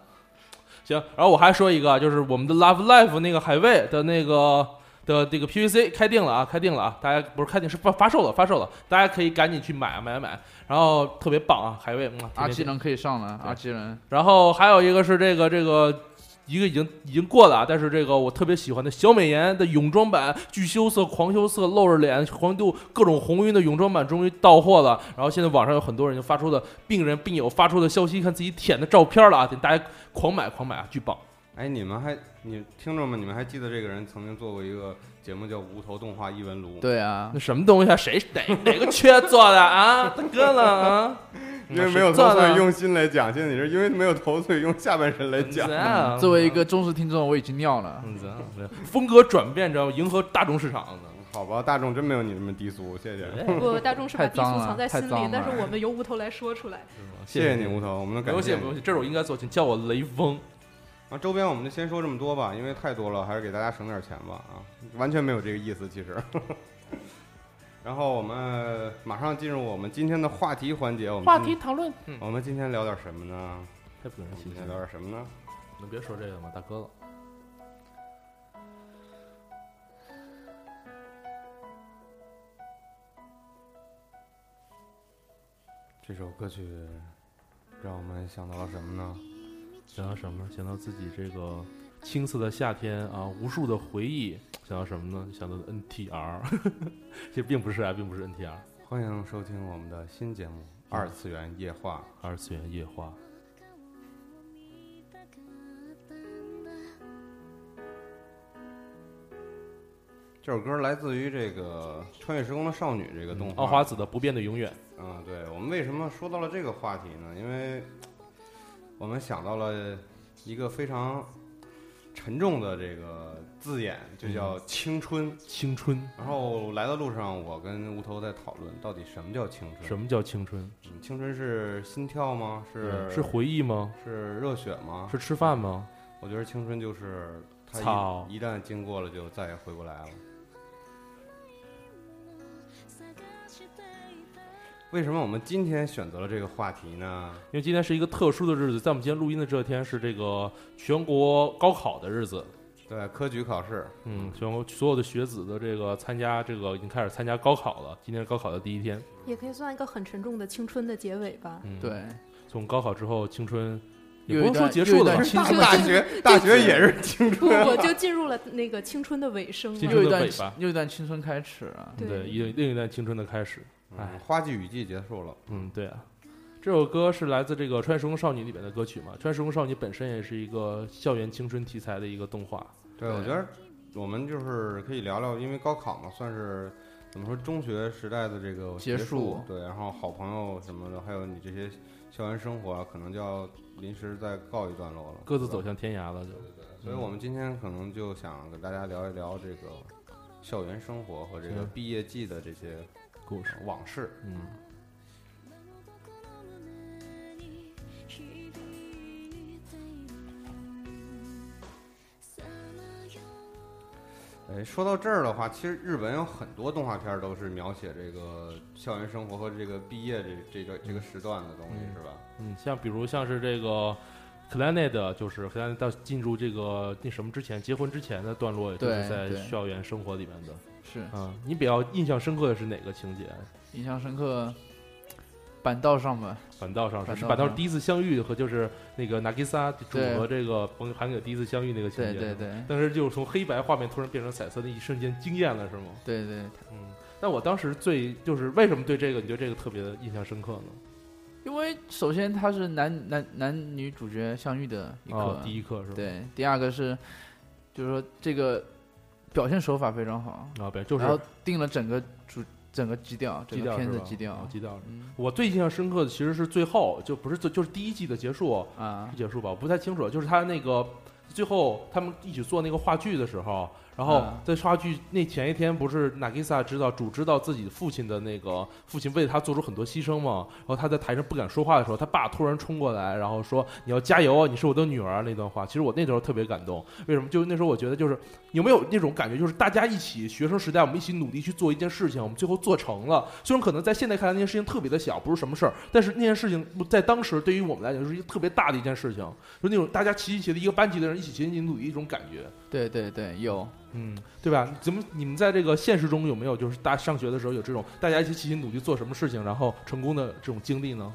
S6: 行，然后我还说一个，啊就是我们的 Love Life 那个海卫的那个的这个 PVC 开定了啊，开定了啊，大家不是开定是发发售了，发售了，大家可以赶紧去买啊买买，然后特别棒啊，海卫，嗯，
S8: 阿
S6: 天天
S8: 基人可以上了，
S6: 对
S8: 阿基人，
S6: 然后还有一个是这个这个。一个已经已经过了啊，但是这个我特别喜欢的小美颜的泳装版，巨羞涩、狂羞涩、露着脸、狂度各种红晕的泳装版终于到货了。然后现在网上有很多人就发出的病人病友发出的消息，看自己舔的照片了啊，大家狂买狂买啊，巨棒！
S5: 哎，你们还你听众们，你们还记得这个人曾经做过一个节目叫《无头动画异闻录》？，
S8: 对啊
S6: 那，什么东西啊？谁哪哪个缺做的啊？大哥了啊？
S5: 因为没有头，所以
S6: 谁做的啊
S5: 用心来讲。现在你是因为没有头，所以用下半身来讲。
S6: 怎样
S8: 作为一个忠实听众，我已经尿了。
S6: 嗯怎样怎样风格转变，知道吗？迎合大众市场的。
S5: 好吧，大众真没有你这么低俗，谢谢，
S6: 哎
S7: 不，大众是把
S8: 太
S7: 低俗
S8: 脏了
S7: 藏在
S8: 太
S7: 心
S8: 脏
S7: 里
S8: 了，
S7: 但是我们由无头来说出来。
S5: 谢谢你无头，我们能
S6: 不
S5: 感
S6: 用
S5: 谢
S6: 谢不用
S5: 你。
S6: 谢，这是我应该做，请叫我雷锋。
S5: 啊，周边我们就先说这么多吧，因为太多了，还是给大家省点钱吧啊，完全没有这个意思其实。 然后我们马上进入我们今天的话题环节，我们
S6: 话
S5: 今
S6: 题讨论，嗯，
S5: 我们今天聊点什么呢？
S6: 太不人
S5: 我们今
S6: 性
S5: 天聊
S6: 了。
S5: 点什么呢？
S6: 能别说这个吗，大哥了？
S5: 这首歌曲让我们想到了什么呢？
S6: 想到什么？想到自己这个青涩的夏天啊，无数的回忆。想到什么呢？想到 NTR，这并不是啊，并不是 NTR，
S5: 欢迎收听我们的新节目《二次元夜话
S6: 二次元夜话。
S5: 这首歌来自于这个《穿越时空的少女》这个动画。
S6: 奥华子的不变的永远。
S5: 嗯，对，我们为什么说到了这个话题呢？因为我们想到了一个非常沉重的这个字眼，就叫青春。
S6: 青春，
S5: 然后来的路上，我跟无头在讨论到底什么叫青春？
S6: 什么叫青春？嗯
S5: 嗯青春是心跳吗？是
S6: 是回忆吗？
S5: 是热血吗？
S6: 是吃饭吗？
S5: 我觉得青春就是它一
S6: 操
S5: 一旦经过了，就再也回不来了。为什么我们今天选择了这个话题呢？
S6: 因为今天是一个特殊的日子，在我们今天录音的这天是这个全国高考的日子。
S5: 对科举考试，
S6: 嗯，全所有的学子的这个参加这个已经开始参加高考了，今天是高考的第一天。
S7: 也可以算一个很沉重的青春的结尾 吧。
S6: 嗯，，
S8: 对，
S6: 从高考之后，青春也
S8: 又
S6: 不
S8: 一
S6: 能说
S8: 段
S6: 结
S8: 又一
S6: 束了
S8: 段
S6: 吧，
S8: 青
S7: 这个
S5: 大
S7: 就
S5: 学大学也是青春，
S7: 不，我就进 入了那个青春的尾声啊
S6: 进
S7: 了。
S8: 又一
S6: 的
S8: 段
S6: 尾巴
S8: 又一段青春开始啊。
S6: 对，一另一段青春的开始。哎
S5: 嗯，花季雨季结束了，
S6: 嗯，对啊，这首歌是来自这个《穿时空少女》里面的歌曲嘛，《穿时空少女》本身也是一个校园青春题材的一个动画。
S5: 对，我觉得我们就是可以聊聊，因为高考嘛，算是怎么说中学时代的这个
S8: 结
S5: 结
S8: 束
S5: 对，然后好朋友什么的，还有你这些校园生活啊，可能就要临时再告一段落了，
S6: 各自
S5: 对吧
S6: 走。向天涯了，就
S5: 所以我们今天可能就想跟大家聊一聊这个校园生活和这个
S6: 行
S5: 毕业季的这些
S6: 故事。
S5: 往事。
S6: 嗯，
S5: 哎，说到这儿的话，其实日本有很多动画片儿都是描写这个校园生活和这个毕业这这个这个时段的东西，
S6: 嗯
S5: 是吧？
S6: 嗯，像比如像是这个 Clanet，就是 Clanet 到进入这个那什么之前，结婚之前的段落，也就是
S8: 对
S6: 在
S8: 对
S6: 校园生活里面的。
S8: 是
S6: 啊，你比较印象深刻的是哪个情节？
S8: 印象深刻，板道上吧，
S6: 板道上
S8: 板
S6: 是是
S8: 道
S6: 板道
S8: 上
S6: 第一次相遇和就是那个 Nagisa 主
S8: 对
S6: 和这个崩韩给第一次相遇那个情
S8: 对
S6: 节。
S8: 对。对
S6: 当时就是从黑白画面突然变成彩色的一瞬间惊艳了，是吗？
S8: 对对，
S6: 嗯。那我当时最就是为什么对这个你对这个特别的印象深刻呢？
S8: 因为首先它是男男男女主角相遇的一刻
S6: 啊，，第一课是吧？。
S8: 对，第二个是就是说这个表现手法非常好，
S6: 啊，对，就是
S8: 然后定了整个主整个基调，
S6: 基
S8: 整
S6: 调
S8: 个
S6: 是
S8: 片子
S6: 吧
S8: 基调
S6: 啊，基调。
S8: 嗯
S6: 我最印象深刻的其实是最后，就不是最就是第一季的结束，
S8: 啊
S6: 是，结束吧，我不太清楚。就是他那个最后他们一起做那个话剧的时候，然后
S8: 啊
S6: 在话剧那前一天，不是 Nagisa 知道主知道自己父亲的那个父亲为他做出很多牺牲嘛，然后他在台上不敢说话的时候，他爸突然冲过来，然后说你要加油啊，你是我的女儿啊那段话，其实我那时候特别感动。为什么？就那时候我觉得就是有没有那种感觉，就是大家一起学生时代，我们一起努力去做一件事情，我们最后做成了。虽然可能在现在看来那件事情特别的小，不是什么事儿，但是那件事情在当时对于我们来讲就是一个特别大的一件事情，就那种大家齐心协力，一个班级的人一起齐心努力一种感觉。
S8: 对对对，有
S6: 嗯，对吧？怎么你们在这个现实中有没有就是大上学的时候有这种大家一起齐心努力做什么事情，然后成功的这种经历呢？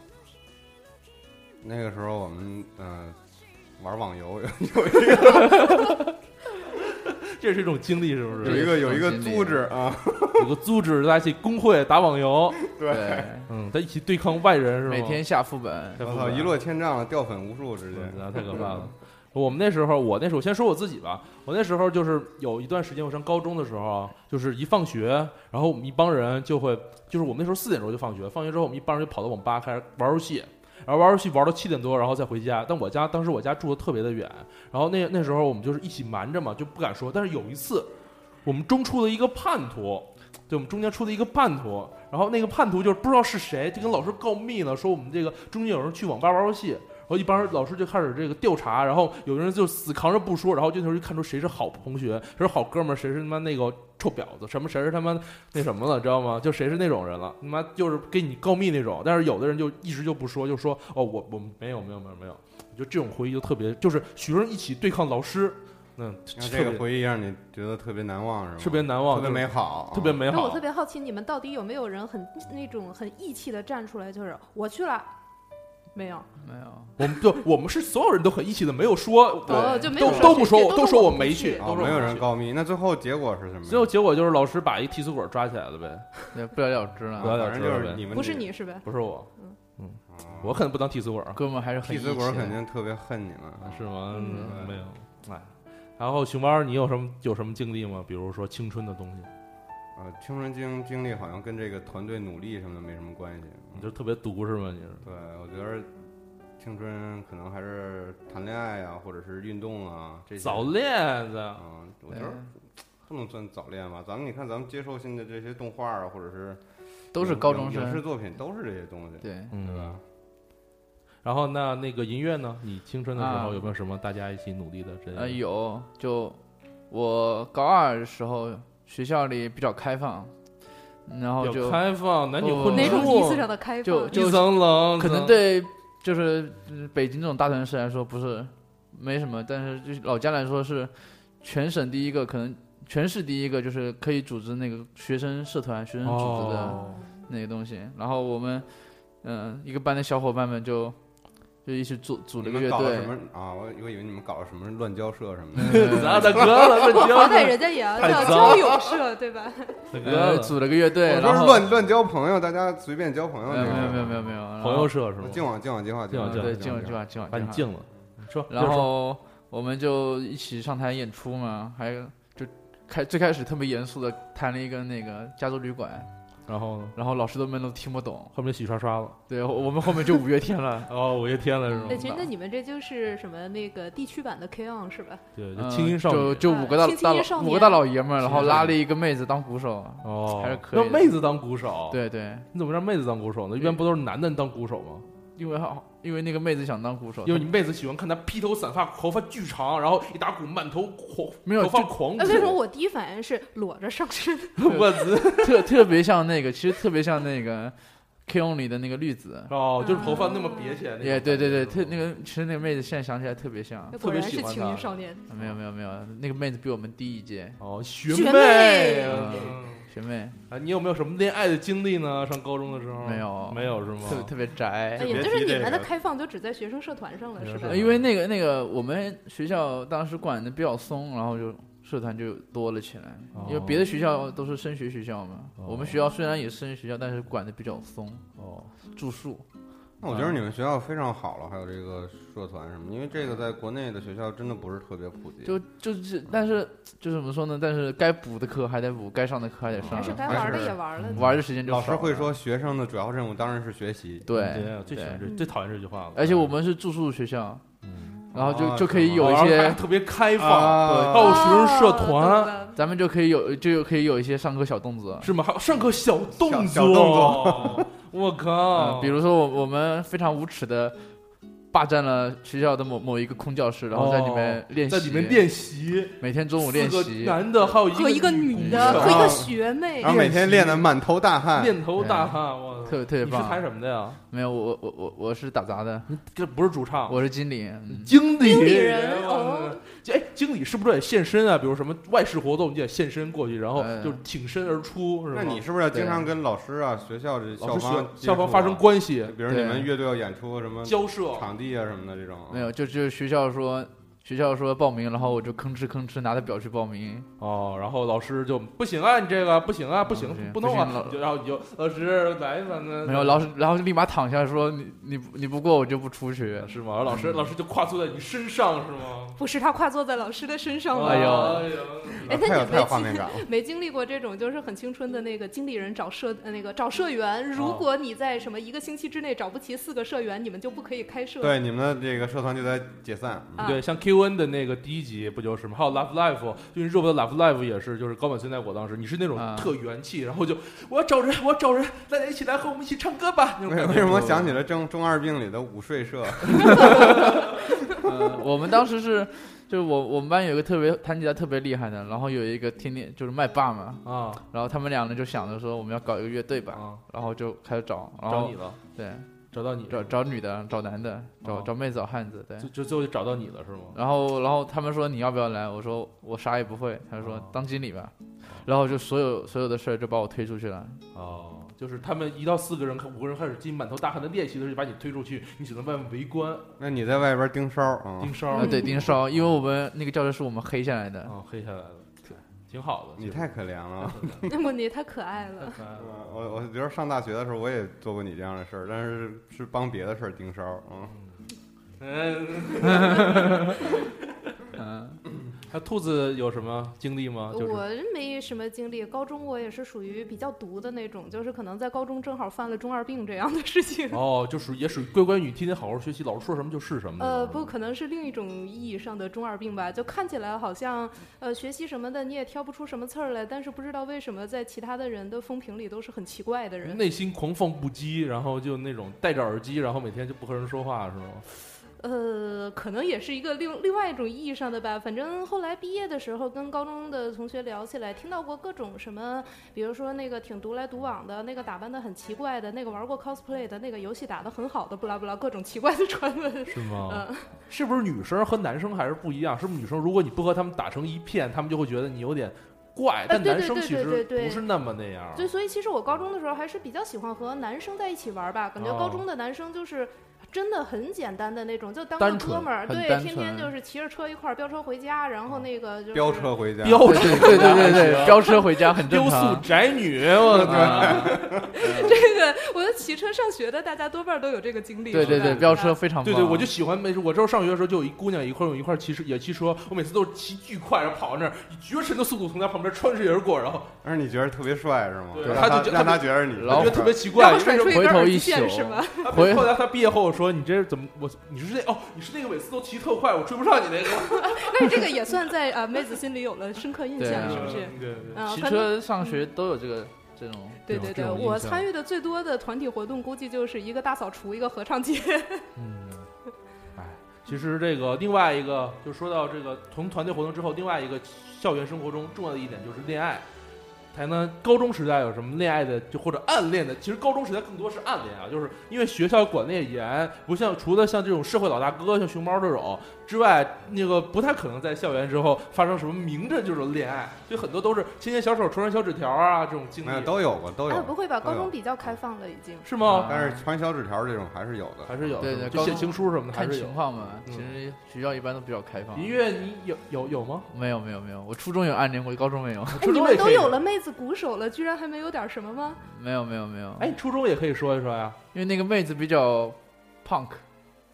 S5: 那个时候我们嗯、呃玩网游，
S6: 这是一种经历，是不
S5: 有
S6: 是？
S5: 一个有一个
S8: 这个是
S5: 组织啊，
S6: 有个组织大家一起工会打网游，
S8: 对，
S6: 嗯，在一起对抗外人，是吗？
S8: 每天下副本，
S6: 太
S5: 我
S6: 复杂
S5: 操，
S6: 了
S5: 一落千丈了，掉粉无数，直接。
S6: 啊，太可怕了。我们那时候，我那时候先说我自己吧。我那时候就是有一段时间，我上高中的时候，啊就是一放学，然后我们一帮人就会，就是我们那时候四点钟就放学，放学之后我们一帮人就跑到网吧开始玩游戏，然后玩游戏玩到七点多，然后再回家。但我家当时我家住的特别的远，然后那那时候我们就是一起瞒着嘛，就不敢说。但是有一次，我们中出了一个叛徒，对，我们中间出了一个叛徒，然后那个叛徒就是不知道是谁，就跟老师告密了，说我们这个中间有人去网吧玩游戏，然后一帮人老师就开始这个调查，然后有人就死扛着不说，然哦后就能看出谁是好同学，谁是好哥们儿，谁是他妈那个臭婊子，什么谁是他妈那什么了，知道吗？就谁是那种人了，他妈就是给你告密那种。但是有的人就一直就不说，就说哦我我没有没有没有没有，我觉得这种回忆就特别，就是学生一起对抗老师，嗯，
S5: 那
S6: 特
S5: 这个
S6: 别
S5: 回忆让你觉得特别难忘是吗？
S6: 嗯特别难忘，
S5: 特别
S6: 就是
S5: 美好，啊
S6: 特别美
S7: 哦那
S6: 好。
S7: 我特别好奇，你们到底有没有人很那种很义气的站出来，就是我去了，没有，
S8: 没有，
S6: 我们就我们是所有人都很义气的，没有说
S8: 对
S7: 哦，就没有
S6: 都都
S7: 谁
S6: 不说
S7: 去
S6: 我
S7: 都
S6: 都
S7: 是
S6: 说我
S7: 不
S6: 没去
S7: 去，
S5: 啊，
S6: 都是
S5: 没有
S6: 我
S5: 人
S6: 去
S5: 告密。那最后结果是什么呀？
S6: 最后结果就是老师把一替死鬼抓起来了呗，
S8: 对不了了之
S5: 啊
S8: 了。
S6: 了
S5: 反
S6: 之
S5: 正就
S6: 了
S5: 是
S6: 呗
S5: 你们
S7: 不是
S5: 几
S7: 你是呗？
S6: 不是我，
S5: 个，
S6: 我肯定不当替死鬼儿，
S8: 哥们儿还是很
S5: 替
S8: 义气
S5: 死鬼儿肯
S8: 的，
S5: 定特别恨你们，啊
S6: 啊是吗？
S7: 嗯
S6: 嗯没有，哎。然后熊猫，你有什么有什么经历吗？比如说青春的东西，
S5: 呃，青春经经历好像跟这个团队努力什么的没什么关系。嗯
S6: 你就特别毒是吗？你是
S5: 对，我觉得青春可能还是谈恋爱呀、或者是运动啊这些。
S6: 早恋的，
S5: 嗯，我
S8: 对
S5: 觉得不能算早恋吧。咱们你看，咱们接受现在这些动画啊，或者是
S8: 都是
S5: 影
S8: 高中
S5: 影影视
S8: 生，
S5: 作品，都是这些东西，
S8: 对，
S6: 嗯，
S5: 对吧？？
S6: 然后那那个音乐呢？你青春的时候
S8: 啊
S6: 有没有什么大家一起努力的这
S8: 呃，
S6: 些？
S8: 有就我高二的时候，学校里比较开放，然后
S6: 有
S8: 就
S6: 开放，男女
S8: 不
S6: 混
S7: 哪种
S6: 住
S7: 意思上的开
S8: 就
S7: 放？
S8: 就
S6: 一层冷，
S8: 可能对就是呃北京这种大城市来说不是没什么，但是对老家来说是全省第一个，可能全市第一个，就是可以组织那个学生社团、学生组织的
S6: 哦
S8: 那个东西。然后我们，嗯、一个班的小伙伴们就就一起组组了
S5: 你
S8: 个
S5: 们
S8: 乐
S5: 搞了
S8: 队
S5: 什。么啊？我我以为你们搞了什么乱交社什么
S8: 呃
S5: 的。
S6: 咱大哥了，乱
S7: 好
S6: 交
S7: 歹人家也要
S6: 太
S7: 叫
S6: 脏
S7: 交友社，对吧？
S6: 大哥
S8: 呃，
S6: 了，
S8: 组了个乐队，
S5: 我说
S8: 然
S5: 是
S8: 后
S5: 乱乱交朋友，大家随便交朋友
S8: 没
S5: 那
S8: 有
S5: 个。
S8: 没有没有没有没有，然后呃
S6: 朋友社是吗？
S5: 净网净网计划，
S6: 净网
S8: 对，
S5: 净
S8: 敬
S5: 网
S8: 了敬了敬了，
S6: 把你
S8: 敬了。
S6: 敬了，你说，
S8: 然后我们就一起上台演出嘛，还有就开最开始特别严肃的弹了一个那个加州旅馆，
S6: 然后呢？
S8: 然后老师都们都听不懂。
S6: 后面洗刷刷了，。
S8: 对，我我们后面就五月天了
S6: 哦，五月天了是吗
S7: 对，？哎其实那你们这就是什么那个地区版的 K on 是吧？
S6: 对，
S8: 嗯
S6: 就清音少
S8: 就
S6: 女，
S8: 就五个大
S7: 啊青青
S8: 大
S7: 一少
S8: 老
S7: 年
S8: 五个大老爷们儿，然
S6: 青青
S8: 后
S6: 少
S8: 拉
S6: 女
S8: 了一个妹子当鼓手，
S6: 哦，
S8: 还是可以
S6: 让
S8: 的
S6: 妹子当鼓手，，
S8: 对对，
S6: 你怎么让妹子当鼓手呢？一般不都是男的当鼓手吗？
S8: 因为好因为那个妹子想当鼓手，
S6: 因为你妹子喜欢看他披头散发，头发巨长，然后一打鼓，满头狂，
S8: 没有呃
S6: 头发狂舞。
S7: 哎，为什么我第一反应是裸着上身？
S6: 我子
S8: 特特别像那个，其实特别像那个 K on 里的那个绿子，
S6: 哦，就是头发那么别起来。
S8: 也对对对，特那
S6: 个
S8: 个其实那个妹子现在想起来特别像，啊
S7: 果
S6: 别
S7: 然
S6: 喜
S7: 是
S6: 欢
S7: 青
S6: 他
S7: 云少年。
S8: 没有没有没有，那个妹子比我们低一届，
S6: 哦，学
S7: 学
S6: 妹
S7: 妹
S6: 嗯
S8: 学妹，
S6: 啊，你有没有什么恋爱的经历呢？上高中的时候
S8: 没有
S6: 没有是吗
S8: 特？别特别宅
S7: 哎，
S5: 别
S7: 也就
S5: 提
S7: 是你
S5: 这
S7: 们
S5: 个
S7: 的开放就只在学生社团上了，是吧
S6: 对？
S8: 因为那个那个我们学校当时管的比较松，然后就社团就多了起来，因为别的学校都是升学学校嘛，我们学校虽然也是升学学校，但是管的比较松，
S6: 哦，
S8: 住宿，
S5: 那我觉得你们学校非常好了，还有这个社团什么，因为这个在国内的学校真的不是特别普及。
S8: 就就是但是就怎么说呢，但是该补的课还得补，该上的课还得
S7: 还是
S8: 上，
S7: 该
S5: 还
S7: 玩的
S5: 是
S7: 也玩了。
S8: 玩的时间就
S5: 老
S8: 少
S5: 师
S8: 了
S5: 会说，学生的主要任务当然是学习。
S8: 对，
S6: 最喜欢这最讨厌这句话了。
S8: 而且我们是住宿学校，
S6: 嗯
S8: 然后就
S5: 哦
S8: 就可以
S5: 是
S8: 有一
S6: 然后还
S8: 些。
S6: 特别开放，
S5: 啊，
S6: 还有学生社
S7: 哦
S6: 团，
S7: 懂了
S8: 咱们就可以有就有可以有一些上课小动作，
S6: 是吗？还有上课小动
S5: 小
S6: 作，
S5: 小动
S6: 作我靠！
S8: 嗯，比如说我我们非常无耻的霸占了学校的某某一个空教室，然后在里面练习，
S6: 哦在里面，练习，
S8: 每天中午练
S6: 四
S8: 习
S6: 个，男的还有
S7: 和一个女的，
S5: 的
S7: 和一个学妹
S5: 然，后每天练得满头大汗。
S6: 念头大汉，我
S8: 哎特别特别
S6: 你是弹
S8: 棒。
S6: 什么的呀？
S8: 没有，我我我我是打杂的，
S6: 这不是主唱，
S8: 我是经理，嗯
S6: 经理
S7: 经理
S6: 人
S7: 人
S6: 我
S7: 哦
S6: 操哎，经理是不是得现身啊？比如什么外事活动，你得现身过去，然后
S8: 哎
S6: 就挺身而出，是
S5: 那
S6: 吗？
S5: 你是不是要经常跟老师啊、学校这校
S6: 老师
S5: 方
S6: 学
S5: 接触
S6: 校
S5: 啊
S6: 方发生关系，
S5: 比如你们乐队要演出什么
S6: 交涉，
S5: 场地啊什么的这种，
S8: 没有，就就学校说学校说报名，然后我就吭哧吭哧拿着表去报名，
S6: 哦，然后老师就不行啊，你这个不行啊，不行
S8: 不，行
S6: 不弄
S8: 嗯不行
S6: 啊，
S8: 老
S6: 就然后你就老师来吧，那
S8: 没有老师，然后就立马躺下说你你你不过我就不出去。
S6: 是吗？老师老师就跨坐在你身上是吗？
S7: 不是他跨坐在老师的身上了。
S8: 哎呦
S5: 啊
S7: 哎，
S5: 太
S7: 那
S5: 有
S7: 你
S5: 太有
S7: 没
S5: 画面
S7: 经
S5: 感 了。
S7: 没经历过这种就是很青春的那个经理人找社呃那个找社员，如
S6: 哦
S7: 果你在什么一个星期之内找不齐四个社员，你们就不可以开社。
S5: 对，你们的这个社团就在解散。嗯
S7: 啊
S6: 对，像 Q N 的那个第一集不就是吗？还有 Love Life，就是哦热播的 Love Life 也是，就是高坂森奈我当时，你是那种
S8: 啊
S6: 特元气，然后就我要找人，我要找人，大家一起来和我们一起唱歌吧。那
S5: 嗯
S6: 种
S5: 为
S6: 感觉
S5: 为什么想起了中中二病里的午睡 社？
S6: 嗯
S8: 呃， 我们当时是，就是我我们班有一个特别弹吉他特别厉害的，然后有一个天天就是麦霸嘛，
S6: 啊
S8: 然后他们俩呢就想着说我们要搞一个乐队吧，
S6: 啊，
S8: 然后就开始找，然
S6: 找
S8: 后
S6: 你了，嗯
S8: 对
S6: 找到你，
S8: 哦找找女的，找男的，找、
S6: 哦
S8: 找妹子，找汉子，对。
S6: 就就最后就找到你了是吗？
S8: 然后然后他们说你要不要来？我说我啥也不会。他说
S6: 哦
S8: 当经理吧，然后就所有所有的事儿就把我推出去了。
S6: 哦，就是他们一到四个人，五个人开始进满头大汗的练习的时候，就把你推出去，你只能外面围观
S5: 那你在外边盯梢哦啊
S6: 盯？梢
S8: 啊，
S7: 嗯
S6: 儿。
S8: 对，盯梢，因为我们那个教室是我们黑下来的。
S6: 啊，黑下来了，挺好的。
S5: 你太可怜
S6: 啊
S5: 了。
S7: 我你太可爱 了。
S5: 我我我觉得上大学的时候我也做过你这样的事儿，但是是帮别的事儿盯梢啊。
S6: 嗯，
S8: 嗯，
S6: 那兔子有什么经历吗？哦就是
S7: 我是没什么经历，高中我也是属于比较毒的那种，就是可能在高中正好犯了中二病这样的 事情。
S6: 哦，就属于也属于乖乖女，天天好好学习，老师说什么就是什么。
S7: 呃，不，可能是另一种意义上的中二病吧。就看起来好像，呃，学习什么的你也挑不出什么刺儿来，但是不知道为什么在其他的人的风评里都是很奇怪的人。
S6: 内心狂放不羁，然后就那种戴着耳机，然后每天就不和人说话，是吗？
S7: 呃，可能也是一个另另外一种意义上的吧。反正后来毕业的时候，跟高中的同学聊起来，听到过各种什么，比如说那个挺独来独往的，那个打扮的很奇怪的，那个玩过 cosplay 的，那个游戏打的很好的，不拉不拉，各种奇怪的传闻。
S6: 是吗
S7: 嗯？
S6: 是不是女生和男生还是不一样？是不是女生如果你不和他们打成一片，他们就会觉得你有点怪？但
S7: 啊对
S6: 男生
S7: 对
S6: 其
S7: 对
S6: 实
S7: 对对
S6: 不是那么那样。
S7: 对，所以其实我高中的时候还是比较喜欢和男生在一起玩吧，感觉
S6: 哦
S7: 高中的男生就是。真的很简单的那种，就当
S8: 单
S7: 个
S8: 纯
S7: 哥们儿，
S8: 很
S7: 对，
S8: 单
S7: 天天
S8: 纯哦
S7: 就是骑着车一块儿飙车回家，然后那个就是
S5: 飙 车回家，
S6: 飙
S8: 对对对对对对，飙车回家很正
S6: 雕塑
S8: 常。啊
S6: 宅女，我操！
S7: 这个，我觉得骑车上学的大家多半都有这个经历。
S8: 对对
S7: 是吧
S8: 对，飙车。非常棒。
S6: 对对，我就喜欢没事。我之后上学的时候就有一姑娘一块儿我们一块儿骑车也骑车，我每次都是骑巨快，然后跑到那儿以绝尘的速度从她旁边穿越而过，然后
S5: 但是你觉得特别帅是吗？
S6: 对
S5: 让
S6: 他
S5: 他
S6: 就
S5: 让他
S6: 他就
S5: 觉得你
S6: 我
S8: 老
S6: 觉
S8: 虎
S6: 得特别奇
S7: 然
S6: 怪。
S7: 后
S6: 为什
S7: 甩出
S6: 么
S7: 一根
S8: 回头
S7: 耳
S8: 一
S7: 机线
S8: 宿
S7: 是吗？
S6: 她
S8: 回
S6: 后来她毕业后我说你这是怎么我你是那哦你是那个每次都骑特快，我追不上你那个。
S7: 那你这个也算在啊妹子心里有了深刻印
S8: 对啊
S7: 象，是不是？
S6: 对对对。
S7: 啊，
S8: 骑
S7: 反正
S8: 车上学都有这个这种。
S7: 对
S8: 这种这
S7: 对对，
S8: 种
S7: 我
S8: 印象
S7: 参与的最多的团体活动，估计就是一个大扫除，一个合唱节。
S6: 嗯，哎，其实这个另外一个，就说到这个从团队活动之后，另外一个校园生活中重要的一点就是恋爱。台南高中时代有什么恋爱的，就或者暗恋的？其实高中时代更多是暗恋啊，就是因为学校管得也严，不像除了像这种社会老大哥，像熊猫这种之外，那个不太可能在校园之后发生什么明着这种恋爱，所以很多都是牵牵小手、传传小纸条啊这种经历
S5: 没有，都有过都
S7: 啊，
S5: 有
S7: 不
S5: 过，
S7: 会吧？
S5: 都有
S7: 高中比较开放了，已经。
S6: 是吗？
S5: 但是传小纸条这种还是有的。
S6: 还是有，
S8: 啊对对
S6: 就
S8: 高
S6: 写
S8: 中
S6: 情书什么的还
S8: 看
S6: 是有
S8: 情。况嘛，
S6: 嗯
S8: 其实学校一般都比较开放。
S6: 音乐你有有有吗？
S8: 没有没有没有，我初中有暗恋过，高中没有，
S7: 哎，你们都有了妹子鼓手了，居然还没有点什么吗？
S8: 没有没有没有。
S6: 哎，，初中也可以说一说 呀。
S8: 因为那个妹子比较 punk，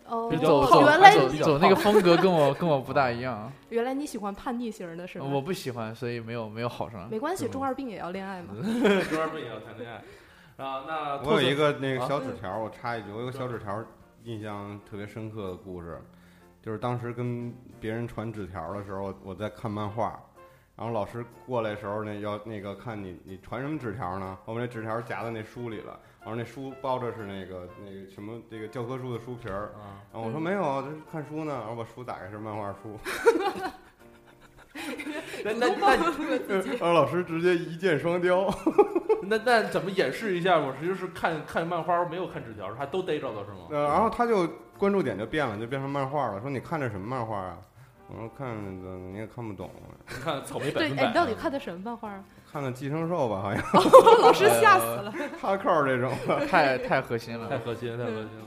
S7: 哦
S6: 比较
S8: 走
S6: 胖
S8: 走
S7: 原来
S8: 走
S6: 比
S7: 你
S6: 较
S8: 走那个风格跟我跟我不 大一样，
S7: 原来你喜欢叛逆型的是吗？
S8: 我嗯不喜欢，所以没有没有好上。
S7: 没关系，
S6: 对
S7: 中二病也要恋爱嘛。
S6: 中二病也要谈恋爱啊？那
S5: 我有一
S6: 个
S5: 个那
S6: 啊
S5: 个小纸条，我插一句，我有个小纸条印象特别深刻的故事，就是当时跟别人传纸条的时候，我在看漫画，然后老师过来的时候呢，要那个看你你传什么纸条呢？我把那纸条夹在那书里了，然后那书包着是那个那个什么这个教科书的书皮儿，
S6: 啊，
S5: 然后我说
S7: 嗯
S5: 没有啊，这是看书呢，然后把书打开是漫画 书，
S6: 那那那
S5: 然后老师直接一箭双雕，
S6: 那那怎么演示一下？我实际是看看漫画，没有看纸条，还都逮着了是吗？
S5: 呃，然后他就关注点就变了，就变成漫画了，说你看这什么漫画啊？我说看的你也看不懂。
S6: 你看草莓啊百
S7: 对，
S6: 分
S7: 哎，
S6: 百，
S7: 你到
S8: 嗯
S7: 底看的什么漫画啊？
S5: 看看《寄生兽》吧， 好像
S7: 老师吓死了。
S5: 哈扣这种。
S8: 呃太太核心
S6: 太
S8: 了。
S6: 核心了，太核心
S7: 嗯
S6: 了。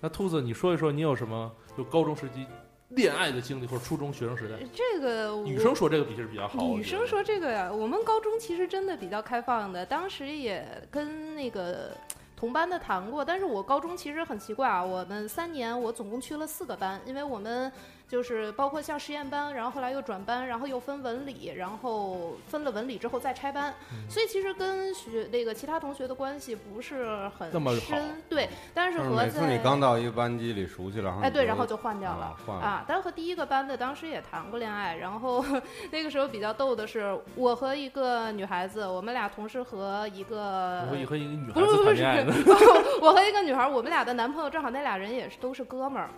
S6: 那兔子，你说一说你有什么就高中时期恋爱的经历，或者初中学生时代？
S7: 这个我
S6: 女生说这个比其实比较好。
S7: 哎女生说这个呀，我们高中其实真的比较开放的，当时也跟那个。同班的谈过，但是我高中其实很奇怪啊，我们三年我总共去了四个班，因为我们就是包括像实验班，然后后来又转班，然后又分文理，然后分了文理之后再拆班，
S6: 嗯
S7: 所以其实跟学那个其他同学的关系不是很
S6: 那么好
S7: 深，对，但是
S5: 就是
S7: 和
S5: 每次你
S7: 在
S5: 刚到一个班级里熟悉了，
S7: 哎对，然后
S5: 就
S7: 就换掉了
S5: 啊。换了
S7: 啊，但和第一个班的当时也谈过恋爱，然后 那个时候比较逗的是，我和一个女孩子，我们俩同时和一个
S6: 你和一个女
S7: 不
S6: 孩
S7: 是
S6: 子
S7: 不
S6: 谈
S7: 是
S6: 恋爱呢，
S7: 不是我和一个女孩，我们俩的男朋友正好那俩人也是都是哥们儿，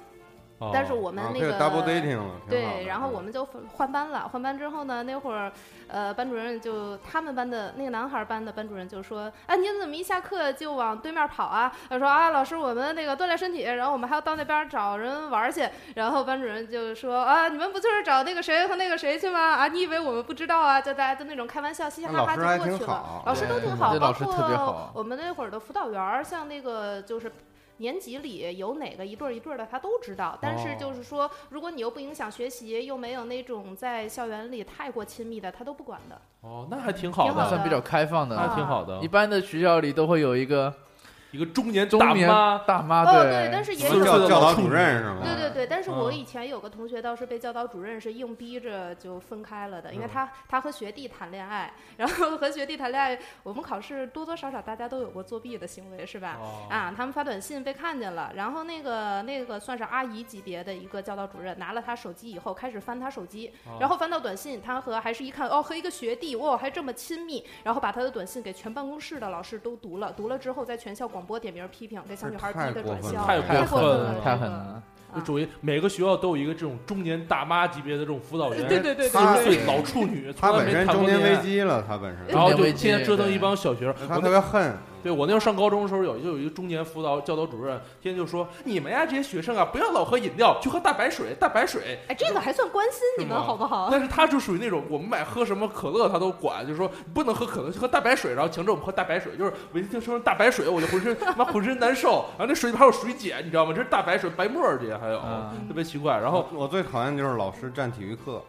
S6: 哦
S7: 但是我们
S5: 啊
S7: 那
S5: 这
S7: 个、
S5: double dating 了，挺好的嗯
S7: 对，然后我们就分换班了。换班之后呢，那会儿，呃，班主任就他们班的那个男孩班的班主任就说：“啊，你怎么一下课就往对面跑啊？”他说：“啊，老师，我们那个锻炼身体，然后我们还要到那边找人玩去。”然后班主任就说：“啊，你们不就是找那个谁和那个谁去吗？啊，你以为我们不知道啊？”就大家都那种开玩笑，嘻嘻哈哈就
S5: 那老师还
S7: 过去
S5: 挺
S7: 了
S5: 好。
S7: 老师都
S8: 对
S7: 挺好，
S8: 对
S7: 包
S8: 老师特别
S7: 括
S8: 好
S7: 我们那会儿的辅导员儿，像那个就是年级里有哪个一对儿一对儿的，他都知道。但
S6: 哦
S7: 是就是说，如果你又不影响学习，又没有那种在校园里太过亲密的，他都不管的。
S6: 哦，那还挺好
S7: 挺好嗯
S6: 的，
S8: 算比较开放
S6: 那还
S8: 的，
S6: 挺好的
S8: 一。般的学校里都会有一个
S6: 一个中年
S8: 中
S6: 大
S8: 年
S6: 妈，
S8: 大妈
S7: 哦，对，但是也
S6: 四十
S7: 有。
S6: 岁
S5: 教
S6: 的
S5: 教
S6: 老
S5: 导
S6: 处
S5: 主
S6: 女
S5: 任是吗？
S7: 对对对，但是我
S6: 嗯
S7: 以前有个同学倒是被教导主任是硬逼着就分开了的，
S6: 嗯
S7: 因为他他和学弟谈恋爱，然后和学弟谈恋爱，我们考试多多少少大家都有过作弊的行为，是吧？
S6: 哦
S7: 啊，他们发短信被看见了，然后那个那个算是阿姨级别的一个教导主任拿了他手机以后，开始翻他手机，
S6: 哦
S7: 然后翻到短信，他和还是一看哦，和一个学弟哇、还这么亲密，然后把他的短信给全办公室的老师都读了，读了之后在全校广播点名批评，给小女孩
S5: 这太
S7: 逼的
S5: 过
S7: 转
S5: 分
S7: 校，
S5: 了
S6: 太
S7: 太
S6: 过
S7: 过
S6: 分
S7: 分
S6: 了
S7: 了，
S8: 太
S7: 这
S8: 狠
S7: 个
S8: 了。
S6: 就属于每个学校都有一个这种中年大妈级别的这种辅导员，
S7: 呃对对对
S6: 四十
S5: 他
S7: 对
S6: 岁
S7: 对，
S6: 老处女，
S5: 他
S6: 从来
S5: 本
S6: 没
S5: 身
S6: 谈
S5: 中
S6: 过
S5: 年
S6: 恋
S5: 危
S6: 爱。
S5: 机了，他本身，
S6: 然后
S8: 中
S6: 就
S8: 年危机
S6: 天天折腾一帮小学生，
S5: 他
S6: 我
S5: 特别恨，
S6: 对我那时候上高中的时候，有就有一个中年辅导教导主任，天天就说你们呀这些学生啊，不要老喝饮料，去喝大白水，大白水。
S7: 哎，这个还算关心你
S6: 是
S7: 们
S6: 吗
S7: 好不好？
S6: 但是他就属于那种我们买喝什么可乐他都管，就说你不能喝可乐，就喝大白水，然后强制我们喝大白水，就是我一听说大白水，我就浑身妈浑身难受，然后那水里还有水碱，你知道吗？这是大白水，白沫儿这些还有，
S5: 嗯
S8: 啊
S6: 特别奇怪。然后
S5: 我最讨厌就是老师占体育课，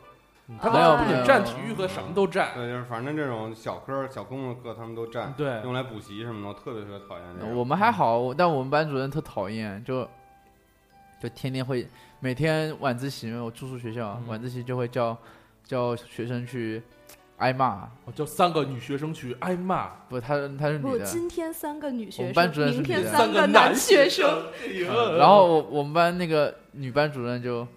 S6: 他
S8: 没有
S6: 不仅
S8: 没有
S6: 占体育课，什么都占。
S5: 对，就是反正这种小科、小公共课他们都占，
S6: 对，
S5: 用来补习什么的，嗯我特别特别讨厌这种。
S8: 嗯我们还好，但我们班主任特讨厌，就就天天会每天晚自习，因为我住宿学校，
S6: 嗯
S8: 晚自习就会叫叫学生去挨骂。
S6: 我叫三个女学生去挨骂，
S8: 不，她她是
S7: 不，
S8: 女的。
S7: 今天三个女
S8: 我
S7: 学
S8: 们班主
S7: 生，
S8: 任是
S7: 明天
S8: 女的
S6: 三
S7: 个
S6: 男
S7: 学
S6: 生
S7: 生，。
S6: 哎呦
S8: 嗯然后我我们班那个女班主任就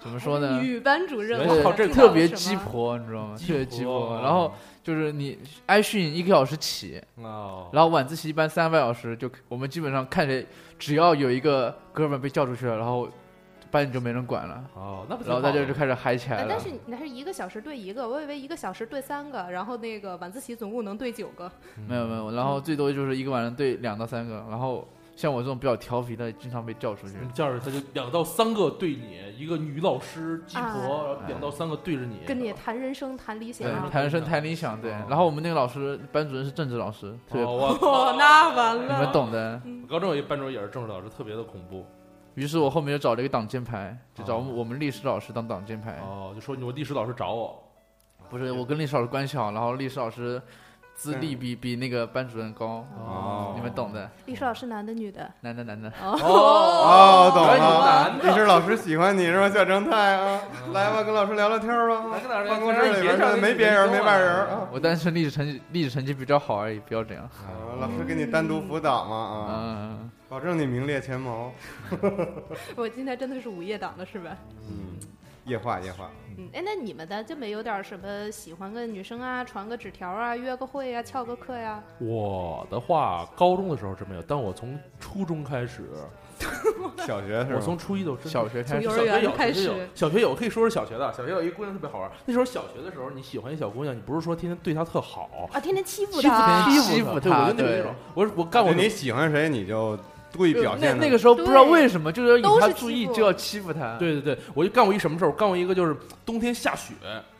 S8: 怎么说呢？
S7: 女班主任，
S6: 我
S8: 对
S6: 靠这个
S8: 特别鸡，婆，你知道吗？
S6: 鸡
S8: 特别鸡
S6: 婆
S8: 婆。然后就是你挨训一个小时起，
S6: 哦，
S8: 然后晚自习一般三个半小时就，我们基本上看谁，只要有一个哥们儿被叫出去了，然后班里就没人管了，
S6: 哦，那不挺
S8: 然后大
S6: 好
S8: 家
S6: 的
S8: 就开始嗨起来
S7: 呃
S8: 了。
S7: 但是你那是一个小时对一个，我以为一个小时对三个，然后那个晚自习总共能对九个。
S8: 没有没有，然后最多就是一个晚上对两到三个，然后像我这种比较调皮的，经常被叫出去。
S6: 叫嗯着他就两到三个对你，一个女老师鸡婆，
S7: 啊
S6: 然后两到三个对着你，
S7: 跟你谈人生、谈理想
S8: 对，
S7: 啊，
S8: 谈生谈理想，对。然后我们那个老师，班主任是政治老师，特别、
S6: 哦我
S7: 哦，那完
S8: 你们。懂的。
S6: 我高中有一班主任也是政治老师，特别的恐怖。
S8: 于是我后面就找了一个挡箭牌，就找我们
S6: 哦
S8: 我们历史老师当挡箭牌。
S6: 哦，就说你我历史老师找我，
S8: 不是，我跟历史老师关系好，然后历史老师资历比比那个班主任高，
S5: 哦
S8: 你们懂的。
S7: 历史老师男的女的？
S8: 男的男的，
S6: 哦
S5: 哦，懂
S6: 原来你
S5: 了。
S6: 男
S5: 历
S6: 的，
S5: 史老师喜欢你是吧，小正太啊？来吧，跟老师聊聊天吧
S6: 来跟老师。聊
S5: 办公室里边
S6: 天儿
S5: 儿没别人，没外人儿啊。
S8: 我单纯历史成绩历史成绩比较好而已，不要这样。
S5: 啊老师给你单独辅导嘛啊，
S8: 嗯，
S5: 保证你名列前茅。
S7: 我今天真的是午夜党了，是吧？
S5: 嗯，夜话夜话，
S7: 嗯，哎，那你们的就没有点什么喜欢个女生啊，传个纸条啊，约个会啊，翘个课呀、
S6: 我的话，高中的时候是没有，但我从初中开始，
S5: 小学是
S6: 我
S5: 吧？
S6: 从初一到
S8: 小学开
S7: 从
S8: 始
S7: 幼
S6: 小
S7: 儿
S6: 学有
S7: 园
S6: 小学
S7: 开
S6: 有
S7: 始
S6: 小学有可以说是小学的。小学有一姑娘特别好玩儿，那时候小学的时候，你喜欢一小姑娘，你不是说天天对她特好，
S7: 啊，天天欺负
S8: 欺负
S7: 她。
S8: 天
S6: 欺
S8: 欺
S6: 负
S8: 负
S6: 她，
S8: 她
S6: 对我就那
S8: 对
S6: 种，我我干我
S5: 就你喜欢谁你就故意表
S8: 那
S5: 现的
S8: 那个时候不知道为什么，就是要引
S7: 都
S8: 他
S7: 是
S8: 注
S7: 欺
S8: 意，
S7: 负
S8: 就要欺负他。，
S6: 对对对，我就干过一什么事儿？我干过一个就是冬天下雪，